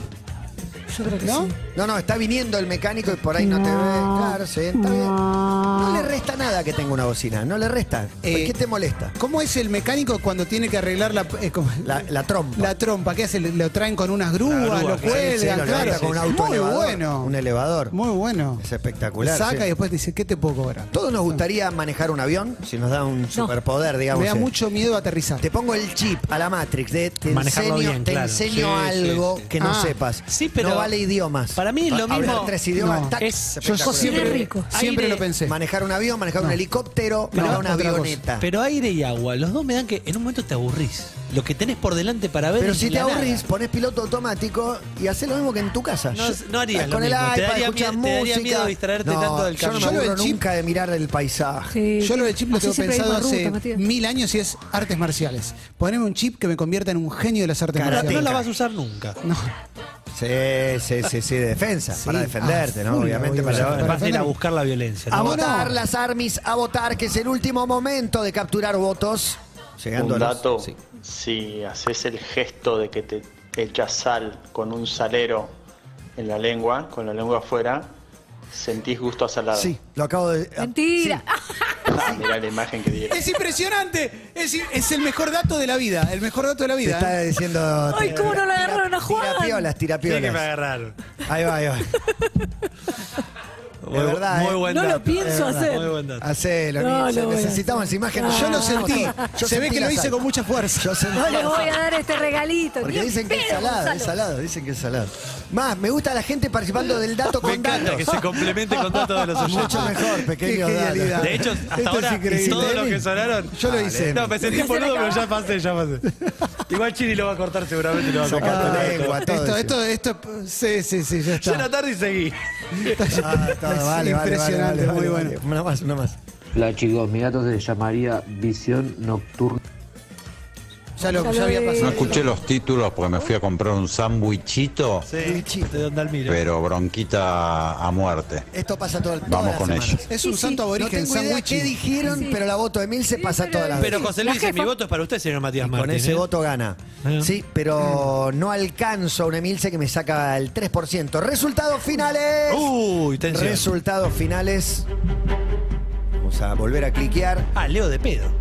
[SPEAKER 5] Yo creo que
[SPEAKER 3] ¿No?
[SPEAKER 5] sí.
[SPEAKER 3] No, no, está viniendo el mecánico y por ahí no, te ve. Claro, sí, está bien. No le resta nada que tenga una bocina, no le resta. ¿Por
[SPEAKER 4] Eh,
[SPEAKER 3] qué te molesta?
[SPEAKER 4] ¿Cómo es el mecánico cuando tiene que arreglar la, eh, cómo-
[SPEAKER 3] La, la trompa.
[SPEAKER 4] la trompa? ¿Qué hace? ¿Le- ¿Lo traen con unas grúas?
[SPEAKER 3] grúa,
[SPEAKER 4] ¿Lo
[SPEAKER 3] claro. Sí, sí,
[SPEAKER 4] cuelgan?
[SPEAKER 3] lo
[SPEAKER 4] claro.
[SPEAKER 3] levanta con un auto
[SPEAKER 4] Muy
[SPEAKER 3] elevador,
[SPEAKER 4] bueno.
[SPEAKER 3] Un elevador.
[SPEAKER 4] Muy bueno.
[SPEAKER 3] Es espectacular.
[SPEAKER 4] Saca
[SPEAKER 3] sí.
[SPEAKER 4] y después dice, ¿qué te puedo cobrar?
[SPEAKER 3] Todos nos gustaría manejar un avión, si nos da un superpoder, digamos.
[SPEAKER 4] Me da
[SPEAKER 3] eh.
[SPEAKER 4] mucho miedo aterrizar.
[SPEAKER 3] Te pongo el chip a la Matrix, de te
[SPEAKER 6] Manejarlo
[SPEAKER 3] enseño,
[SPEAKER 6] bien,
[SPEAKER 3] te
[SPEAKER 6] claro.
[SPEAKER 3] enseño
[SPEAKER 6] Sí, sí,
[SPEAKER 3] algo
[SPEAKER 6] sí.
[SPEAKER 3] que no
[SPEAKER 4] Ah,
[SPEAKER 3] sepas.
[SPEAKER 6] sí, pero-
[SPEAKER 3] no vale idiomas.
[SPEAKER 6] Para mí es lo
[SPEAKER 3] Hablar
[SPEAKER 6] mismo-
[SPEAKER 3] tres idiomas,
[SPEAKER 4] No.
[SPEAKER 3] tac,
[SPEAKER 6] Es-
[SPEAKER 3] espectacular.
[SPEAKER 5] Yo cociné
[SPEAKER 6] Siempre-
[SPEAKER 5] rico.
[SPEAKER 4] Siempre
[SPEAKER 6] Aire-
[SPEAKER 4] lo pensé.
[SPEAKER 3] Manejar un avión, manejar un
[SPEAKER 4] No.
[SPEAKER 3] helicóptero,
[SPEAKER 4] No,
[SPEAKER 3] manejar una
[SPEAKER 4] otra cosa.
[SPEAKER 3] avioneta.
[SPEAKER 6] Pero aire y agua, los dos me dan que en un momento te aburrís. Lo que tenés por delante para ver
[SPEAKER 3] Pero
[SPEAKER 6] es
[SPEAKER 3] si te
[SPEAKER 6] la
[SPEAKER 3] aburrís,
[SPEAKER 6] nada.
[SPEAKER 3] pones piloto automático y haces lo mismo que en tu casa.
[SPEAKER 6] No,
[SPEAKER 3] Yo-
[SPEAKER 6] no harías lo
[SPEAKER 3] Con el
[SPEAKER 6] mismo.
[SPEAKER 3] iPad,
[SPEAKER 6] Te daría
[SPEAKER 3] escuchas
[SPEAKER 6] mie-
[SPEAKER 3] música.
[SPEAKER 6] te daría miedo distraerte
[SPEAKER 3] No,
[SPEAKER 6] tanto del
[SPEAKER 3] yo no me
[SPEAKER 4] camión. Yo lo
[SPEAKER 3] aburro
[SPEAKER 4] del chip-
[SPEAKER 3] nunca de mirar el paisaje.
[SPEAKER 5] Sí,
[SPEAKER 4] Yo lo de chip lo
[SPEAKER 5] así
[SPEAKER 4] tengo
[SPEAKER 5] se pedí
[SPEAKER 4] pensado
[SPEAKER 5] más ruta,
[SPEAKER 4] hace
[SPEAKER 5] Matías.
[SPEAKER 4] mil años y es artes marciales. Poneme un chip que me convierta en un genio de las artes
[SPEAKER 6] No la- No la
[SPEAKER 4] marciales.
[SPEAKER 6] vas a usar nunca.
[SPEAKER 4] No,
[SPEAKER 3] Sí, sí, sí, sí, de defensa.
[SPEAKER 4] Sí.
[SPEAKER 3] Para defenderte,
[SPEAKER 4] Ah,
[SPEAKER 3] ¿no?
[SPEAKER 4] full,
[SPEAKER 3] Obviamente,
[SPEAKER 4] obvio.
[SPEAKER 3] para
[SPEAKER 4] Para-
[SPEAKER 6] Vas a ir a
[SPEAKER 4] defender-
[SPEAKER 6] buscar la violencia.
[SPEAKER 3] A
[SPEAKER 6] ¿no?
[SPEAKER 3] votar
[SPEAKER 4] no.
[SPEAKER 3] las armis, a votar, que es el último momento de capturar votos. Llegando
[SPEAKER 20] Un
[SPEAKER 3] a los-
[SPEAKER 20] dato,
[SPEAKER 3] Sí.
[SPEAKER 20] si haces el gesto de que te echas sal con un salero en la lengua, con la lengua afuera, sentís gusto a salado.
[SPEAKER 3] Sí, lo acabo de. ah,
[SPEAKER 5] Mentira.
[SPEAKER 20] Ah, mirá la imagen que dieron.
[SPEAKER 4] Es impresionante. Es, es el mejor dato de la vida. El mejor dato de la
[SPEAKER 3] Te
[SPEAKER 4] vida.
[SPEAKER 3] está
[SPEAKER 4] ¿eh?
[SPEAKER 3] diciendo.
[SPEAKER 5] Ay, ¿cómo no la
[SPEAKER 3] tira-
[SPEAKER 5] agarraron a Juan?
[SPEAKER 3] Tirapiolas,
[SPEAKER 6] Sí que me
[SPEAKER 3] tirapiolas.
[SPEAKER 6] agarraron.
[SPEAKER 3] Ahí va, ahí va.
[SPEAKER 6] Muy,
[SPEAKER 3] verdad,
[SPEAKER 6] muy
[SPEAKER 3] ¿eh?
[SPEAKER 6] buen
[SPEAKER 5] No lo
[SPEAKER 6] dato,
[SPEAKER 5] pienso
[SPEAKER 6] es verdad,
[SPEAKER 5] hacer.
[SPEAKER 6] Muy buen dato.
[SPEAKER 3] Hacelo,
[SPEAKER 5] No,
[SPEAKER 3] Nietzsche.
[SPEAKER 5] lo voy a
[SPEAKER 3] Necesitamos imágenes.
[SPEAKER 5] Ah.
[SPEAKER 4] Yo lo sentí.
[SPEAKER 3] Yo
[SPEAKER 4] Se ve
[SPEAKER 3] sentí
[SPEAKER 4] que
[SPEAKER 3] la
[SPEAKER 4] lo hice
[SPEAKER 3] sal.
[SPEAKER 4] con mucha fuerza.
[SPEAKER 3] Yo sentí.
[SPEAKER 5] No le voy a dar este regalito.
[SPEAKER 3] Porque
[SPEAKER 5] Ni en
[SPEAKER 3] dicen que es
[SPEAKER 5] pedo,
[SPEAKER 3] salado,
[SPEAKER 5] Gonzalo.
[SPEAKER 3] es salado, dicen que es salado. Más, me gusta la gente participando del dato
[SPEAKER 6] Me
[SPEAKER 3] con
[SPEAKER 6] encanta
[SPEAKER 3] datos.
[SPEAKER 6] que se complemente con datos de los oyentes.
[SPEAKER 3] Mucho mejor, pequeño
[SPEAKER 4] Qué genialidad.
[SPEAKER 6] De hecho, hasta
[SPEAKER 4] Esto es
[SPEAKER 6] ahora
[SPEAKER 4] increíble.
[SPEAKER 6] todos los que sonaron.
[SPEAKER 4] Yo lo hice.
[SPEAKER 6] No, me sentí boludo, pero ya pasé, ya pasé. Igual Chiri lo va a cortar seguramente y lo va a
[SPEAKER 4] Ah,
[SPEAKER 3] Sacate
[SPEAKER 6] cortar.
[SPEAKER 3] lengua, todo
[SPEAKER 4] Esto,
[SPEAKER 3] eso.
[SPEAKER 4] esto, esto, sí, sí, sí, ya
[SPEAKER 6] Yo en la
[SPEAKER 4] está.
[SPEAKER 6] tarde y seguí.
[SPEAKER 3] Ah, todo,
[SPEAKER 4] Es
[SPEAKER 3] vale, vale,
[SPEAKER 4] impresionante,
[SPEAKER 3] vale, vale,
[SPEAKER 4] muy
[SPEAKER 3] vale.
[SPEAKER 4] bueno.
[SPEAKER 3] Una más, una más.
[SPEAKER 12] La chicos, mi gato se llamaría Visión Nocturna.
[SPEAKER 4] Ya lo,
[SPEAKER 5] Ya
[SPEAKER 4] ya
[SPEAKER 5] lo
[SPEAKER 4] había
[SPEAKER 5] vi.
[SPEAKER 4] pasado.
[SPEAKER 5] No
[SPEAKER 19] escuché los títulos porque me fui a comprar un sándwichito,
[SPEAKER 6] Sí, de donde Almiro.
[SPEAKER 19] pero bronquita a muerte.
[SPEAKER 3] Esto pasa todo el
[SPEAKER 19] Vamos
[SPEAKER 3] todas
[SPEAKER 19] con
[SPEAKER 3] las semanas.
[SPEAKER 4] Es un
[SPEAKER 5] Sí, sí.
[SPEAKER 4] santo
[SPEAKER 3] No
[SPEAKER 4] aborigen,
[SPEAKER 3] tengo idea qué
[SPEAKER 4] sándwich.
[SPEAKER 3] dijeron,
[SPEAKER 5] Sí.
[SPEAKER 3] pero la voto de Emil se
[SPEAKER 5] Sí,
[SPEAKER 3] pasa
[SPEAKER 5] pero-
[SPEAKER 3] todas las
[SPEAKER 6] Pero
[SPEAKER 3] veces.
[SPEAKER 6] José
[SPEAKER 5] La
[SPEAKER 6] Luis, dice, mi
[SPEAKER 5] jefa-
[SPEAKER 6] voto es para usted, señor Matías
[SPEAKER 3] Con
[SPEAKER 6] Martín.
[SPEAKER 3] ese
[SPEAKER 6] ¿eh?
[SPEAKER 3] voto gana.
[SPEAKER 6] Ah.
[SPEAKER 3] Sí, pero no alcanzo a un Emilce que me saca el 3%. Resultados finales.
[SPEAKER 6] Uy, tensión.
[SPEAKER 3] Resultados finales. Vamos a volver a cliquear.
[SPEAKER 6] Ah, Leo de pedo.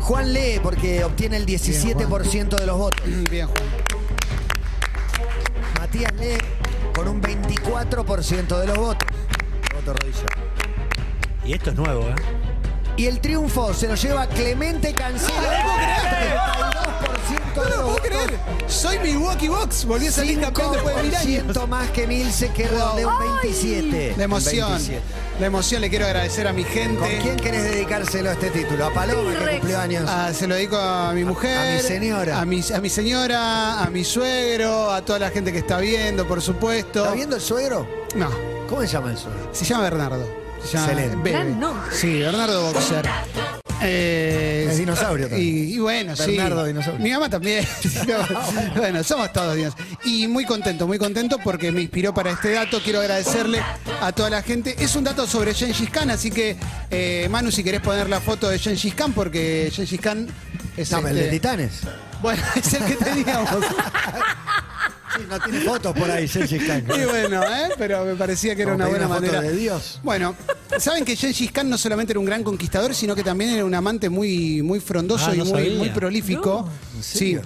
[SPEAKER 3] Juan lee porque obtiene el 17% de los votos.
[SPEAKER 4] Mm, Bien, Juan.
[SPEAKER 3] Matías lee con un 24% de los votos. Voto rodilla.
[SPEAKER 6] Y esto es nuevo, ¿eh?
[SPEAKER 3] Y el triunfo se lo lleva Clemente Cancelo.
[SPEAKER 4] ¡No lo puedo creer!
[SPEAKER 3] 32%
[SPEAKER 4] No
[SPEAKER 3] de los
[SPEAKER 4] lo puedo
[SPEAKER 3] votos.
[SPEAKER 4] creer. Soy Milwaukee Box. Volví a salir campeón después de mil años.
[SPEAKER 3] 5% más que Milce, que redondea un 27.
[SPEAKER 4] La emoción. Eh.
[SPEAKER 3] 27.
[SPEAKER 4] La emoción le quiero agradecer a mi gente.
[SPEAKER 3] ¿Con quién querés dedicárselo a este título? ¿A Paloma, que
[SPEAKER 5] T-Rex.
[SPEAKER 3] cumplió años?
[SPEAKER 4] Ah, se lo dedico a mi mujer.
[SPEAKER 3] a mi señora.
[SPEAKER 4] A mi, a mi señora, a mi suegro, a toda la gente que está viendo, por supuesto.
[SPEAKER 3] ¿Está viendo el suegro?
[SPEAKER 4] No,
[SPEAKER 3] ¿Cómo se llama el suegro?
[SPEAKER 4] se llama Bernardo. Se llama
[SPEAKER 3] Excelente.
[SPEAKER 4] Bebe.
[SPEAKER 5] Gran nombre.
[SPEAKER 4] Sí, Bernardo Boxer. Eh,
[SPEAKER 3] Es dinosaurio también.
[SPEAKER 4] Y, y bueno, sí.
[SPEAKER 3] Bernardo dinosaurio.
[SPEAKER 4] Mi mamá también. bueno, somos todos dios. Y muy contento, muy contento porque me inspiró para este dato. Quiero agradecerle a toda la gente. Es un dato sobre Gengis Khan, así que, eh, Manu, si querés poner la foto de Gengis Khan, porque Gengis Khan es
[SPEAKER 3] No, el
[SPEAKER 4] este-
[SPEAKER 3] de Titanes.
[SPEAKER 4] Bueno, es el que teníamos.
[SPEAKER 3] Sí, no tiene fotos por ahí, Sergio Khan.
[SPEAKER 4] Y bueno, ¿eh? pero me parecía que era
[SPEAKER 3] Como
[SPEAKER 4] una
[SPEAKER 3] pedir
[SPEAKER 4] buena
[SPEAKER 3] una foto
[SPEAKER 4] manera.
[SPEAKER 3] de Dios.
[SPEAKER 4] Bueno, saben que Gengis Khan no solamente era un gran conquistador, sino que también era un amante muy, muy frondoso
[SPEAKER 6] Ah,
[SPEAKER 4] y
[SPEAKER 6] no
[SPEAKER 4] muy,
[SPEAKER 6] sabía.
[SPEAKER 4] muy prolífico. sí.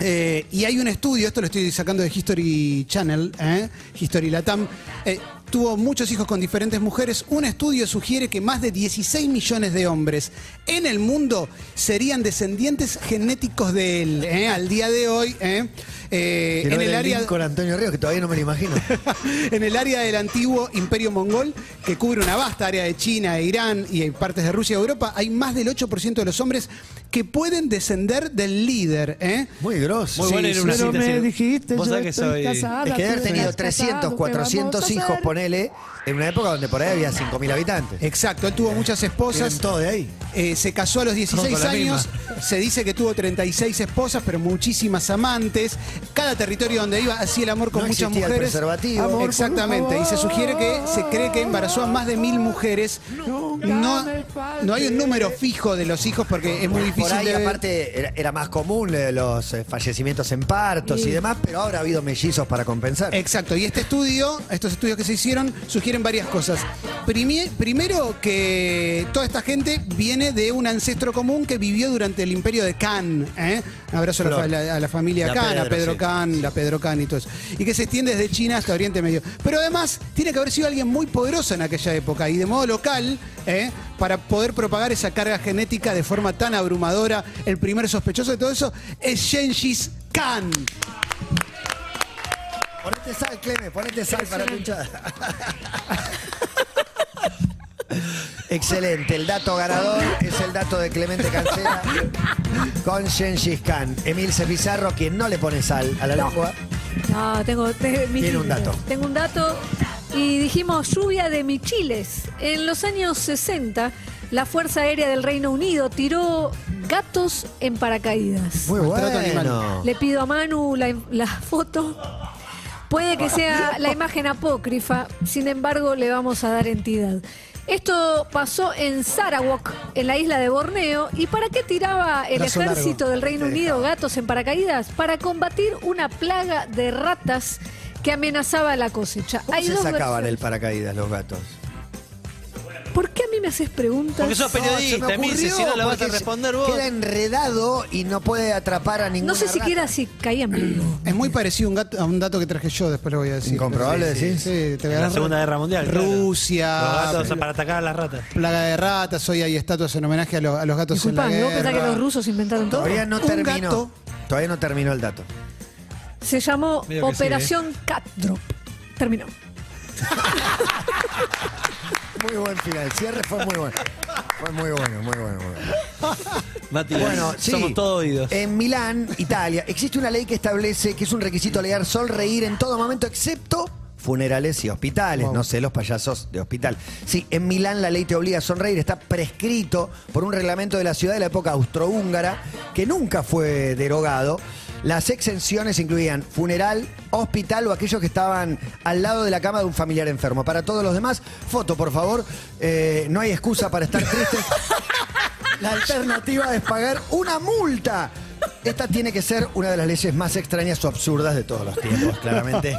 [SPEAKER 4] Eh, y hay un estudio, esto lo estoy sacando de History Channel, ¿eh? History Latam. eh, tuvo muchos hijos con diferentes mujeres. Un estudio sugiere que más de 16 millones de hombres en el mundo serían descendientes genéticos de él. ¿eh? Al día de hoy, ¿eh? Eh,
[SPEAKER 3] Quiero
[SPEAKER 4] en
[SPEAKER 3] ver
[SPEAKER 4] el área
[SPEAKER 3] link con Antonio Ríos, que todavía no me lo imagino.
[SPEAKER 4] en el área del antiguo imperio mongol, que cubre una vasta área de China, de Irán y hay partes de Rusia y Europa, hay más del 8% de los hombres que pueden descender del líder. ¿eh?
[SPEAKER 3] Muy grosso.
[SPEAKER 6] Muy
[SPEAKER 4] Sí,
[SPEAKER 6] bueno ir a una
[SPEAKER 4] sí,
[SPEAKER 6] síntesis. Vos sabés que soy.
[SPEAKER 3] Es que debe haber tenido 300, 400 hijos, poné ponele, en una época donde por ahí había 5.000 habitantes.
[SPEAKER 4] Exacto, él tuvo muchas esposas.
[SPEAKER 3] todo de ahí.
[SPEAKER 4] Eh, se casó a los 16
[SPEAKER 3] Con la
[SPEAKER 4] años, se dice que tuvo 36 esposas, pero muchísimas amantes. Cada territorio donde iba hacía el amor con
[SPEAKER 3] No
[SPEAKER 4] muchas
[SPEAKER 3] existía el
[SPEAKER 4] mujeres.
[SPEAKER 3] preservativo. Amor, por
[SPEAKER 4] Exactamente, y se sugiere que se cree que embarazó a más de mil mujeres. No, no hay un número fijo de los hijos porque es muy difícil
[SPEAKER 3] Por ahí,
[SPEAKER 4] de ver.
[SPEAKER 3] aparte, era, era más común eh, los eh, fallecimientos en partos
[SPEAKER 4] Sí.
[SPEAKER 3] y demás, pero ahora ha habido mellizos para compensar.
[SPEAKER 4] Exacto, y este estudio, estos estudios que se hicieron, sugieren varias cosas. Primi- primero, que toda esta gente viene de un ancestro común que vivió durante el imperio de Khan. ¿eh? Un abrazo a la, fa- a la- a la familia
[SPEAKER 3] La
[SPEAKER 4] Khan, a
[SPEAKER 3] Pedro,
[SPEAKER 4] Pedro
[SPEAKER 3] sí.
[SPEAKER 4] Khan, la Pedro Khan y todo eso. Y que se extiende desde China hasta Oriente Medio. Pero además, tiene que haber sido alguien muy poderoso en aquella época y de modo local, ¿eh? para poder propagar esa carga genética de forma tan abrumadora. El primer sospechoso de todo eso es Genghis Khan.
[SPEAKER 3] Ponete sal, Clemen, ponete sal para tu hinchada. Excelente, el dato ganador es el dato de Clemente Cancela con Gengis Khan. Emilce Pizarro, quien no le pone sal a la lengua.
[SPEAKER 5] No, tengo. te- mi-
[SPEAKER 3] Tiene un dato.
[SPEAKER 5] Tengo un dato. Y dijimos lluvia de michiles. En los años 60, la Fuerza Aérea del Reino Unido tiró gatos en paracaídas.
[SPEAKER 3] Muy
[SPEAKER 4] Maltrato animal.
[SPEAKER 3] bueno.
[SPEAKER 5] Le pido a Manu la, la foto. Puede que sea la imagen apócrifa, sin embargo, le vamos a dar entidad. Esto pasó en Sarawak, en la isla de Borneo. ¿Y para qué tiraba el
[SPEAKER 4] Brazo
[SPEAKER 5] ejército
[SPEAKER 4] largo.
[SPEAKER 5] del Reino Unido gatos en paracaídas? Para combatir una plaga de ratas que amenazaba la cosecha.
[SPEAKER 3] ¿Cómo
[SPEAKER 5] Hay
[SPEAKER 3] se
[SPEAKER 5] dos
[SPEAKER 3] sacaban
[SPEAKER 5] versiones.
[SPEAKER 3] el paracaídas los gatos?
[SPEAKER 5] ¿Por qué a mí me haces preguntas?
[SPEAKER 6] Porque sos periodista,
[SPEAKER 3] se me
[SPEAKER 6] Emilce, si no la vas a
[SPEAKER 3] porque
[SPEAKER 6] responder vos.
[SPEAKER 3] Queda enredado y no puede atrapar a ninguna
[SPEAKER 5] No sé
[SPEAKER 3] rata.
[SPEAKER 5] siquiera si caían vivo.
[SPEAKER 4] Es muy parecido a un, gato- a un dato que traje yo, después lo voy a decir.
[SPEAKER 3] ¿Incomprobable
[SPEAKER 4] Pero sí,
[SPEAKER 3] decís?
[SPEAKER 4] Sí, sí, te voy a
[SPEAKER 6] En la
[SPEAKER 4] dar-
[SPEAKER 6] Segunda Guerra Mundial. claro.
[SPEAKER 4] Rusia.
[SPEAKER 6] Los gatos son para atacar a las ratas.
[SPEAKER 4] Plaga de ratas, hoy hay estatuas en homenaje a, lo- a los gatos
[SPEAKER 5] Disculpame,
[SPEAKER 4] en la
[SPEAKER 5] vos pensás
[SPEAKER 4] guerra.
[SPEAKER 5] que los rusos inventaron todo.
[SPEAKER 3] Todavía no
[SPEAKER 4] Un
[SPEAKER 3] terminó.
[SPEAKER 4] gato.
[SPEAKER 3] Todavía no terminó el dato.
[SPEAKER 5] Se llamó
[SPEAKER 6] Medio que sí,
[SPEAKER 5] Operación Cat Drop. Terminó.
[SPEAKER 3] Muy buen final. El cierre fue muy bueno. Fue muy bueno, muy bueno, muy bueno.
[SPEAKER 6] Mati,
[SPEAKER 3] Bueno, sí.
[SPEAKER 6] somos todos oídos.
[SPEAKER 3] En Milán, Italia, existe una ley que establece que es un requisito legal sonreír en todo momento, excepto funerales y hospitales, no sé, los payasos de hospital. Sí, en Milán la ley te obliga a sonreír, está prescrito por un reglamento de la ciudad de la época austrohúngara que nunca fue derogado. Las exenciones incluían funeral, hospital o aquellos que estaban al lado de la cama de un familiar enfermo. Para todos los demás, foto, por favor. Eh, no hay excusa para estar tristes. La alternativa es pagar una multa. Esta tiene que ser una de las leyes más extrañas o absurdas de todos los tiempos, claramente.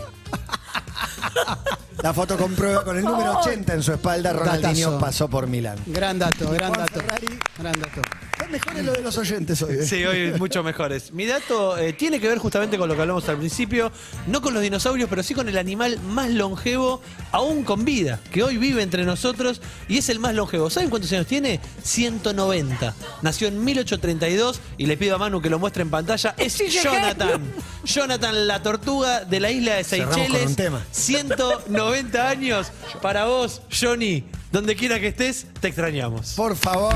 [SPEAKER 3] La foto comprueba con el número 80 en su espalda, Ronaldinho
[SPEAKER 4] Datazo.
[SPEAKER 3] pasó por Milán.
[SPEAKER 4] Gran dato, gran
[SPEAKER 3] Juan
[SPEAKER 4] dato.
[SPEAKER 3] Ferrari.
[SPEAKER 4] Gran dato.
[SPEAKER 3] Está mejor en lo de los oyentes hoy. ¿eh?
[SPEAKER 6] Sí, hoy mucho mejores. Mi dato eh, tiene que ver justamente con lo que hablamos al principio, no con los dinosaurios, pero sí con el animal más longevo, aún con vida, que hoy vive entre nosotros y es el más longevo. ¿Saben cuántos años tiene? 190. Nació en 1832 y le pido a Manu que lo muestre en pantalla. Es
[SPEAKER 5] Sí, llegando.
[SPEAKER 6] Jonathan. Jonathan, la tortuga de la isla de
[SPEAKER 3] Cerramos con
[SPEAKER 6] Seychelles.
[SPEAKER 3] un tema.
[SPEAKER 6] 190 años. Para vos, Johnny, donde quiera que estés, te extrañamos.
[SPEAKER 3] Por favor.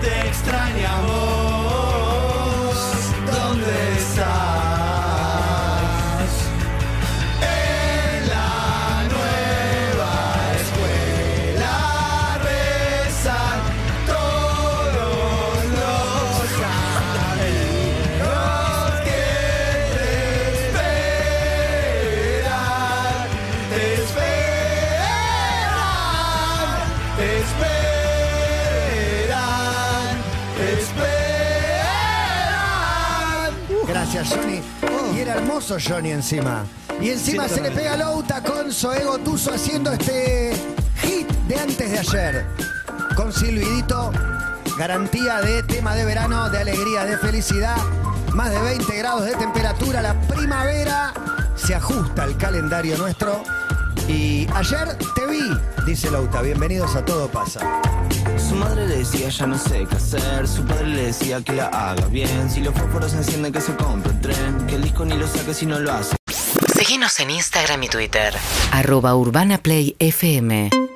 [SPEAKER 6] Te extrañamos. ¿Dónde estás? En la nueva escuela rezan todos los amigos que te esperan. Te esperan. Te esperan. Te esperan.
[SPEAKER 3] Gracias, Johnny. Y era hermoso Johnny encima. Y encima se le pega Louta con Soego Tuso haciendo este hit de antes de ayer. Con silbidito, garantía de tema de verano, de alegría, de felicidad. Más de 20 grados de temperatura, la primavera se ajusta al calendario nuestro. Y ayer te vi, dice Louta. Bienvenidos a Todo Pasa.
[SPEAKER 14] Su madre le decía ya no sé qué hacer, su padre le decía que la haga bien, si los fósforos se encienden que se compre un tren, que el disco ni lo saque si no lo hace.
[SPEAKER 1] Seguinos en Instagram y Twitter. Arroba Urbana Play FM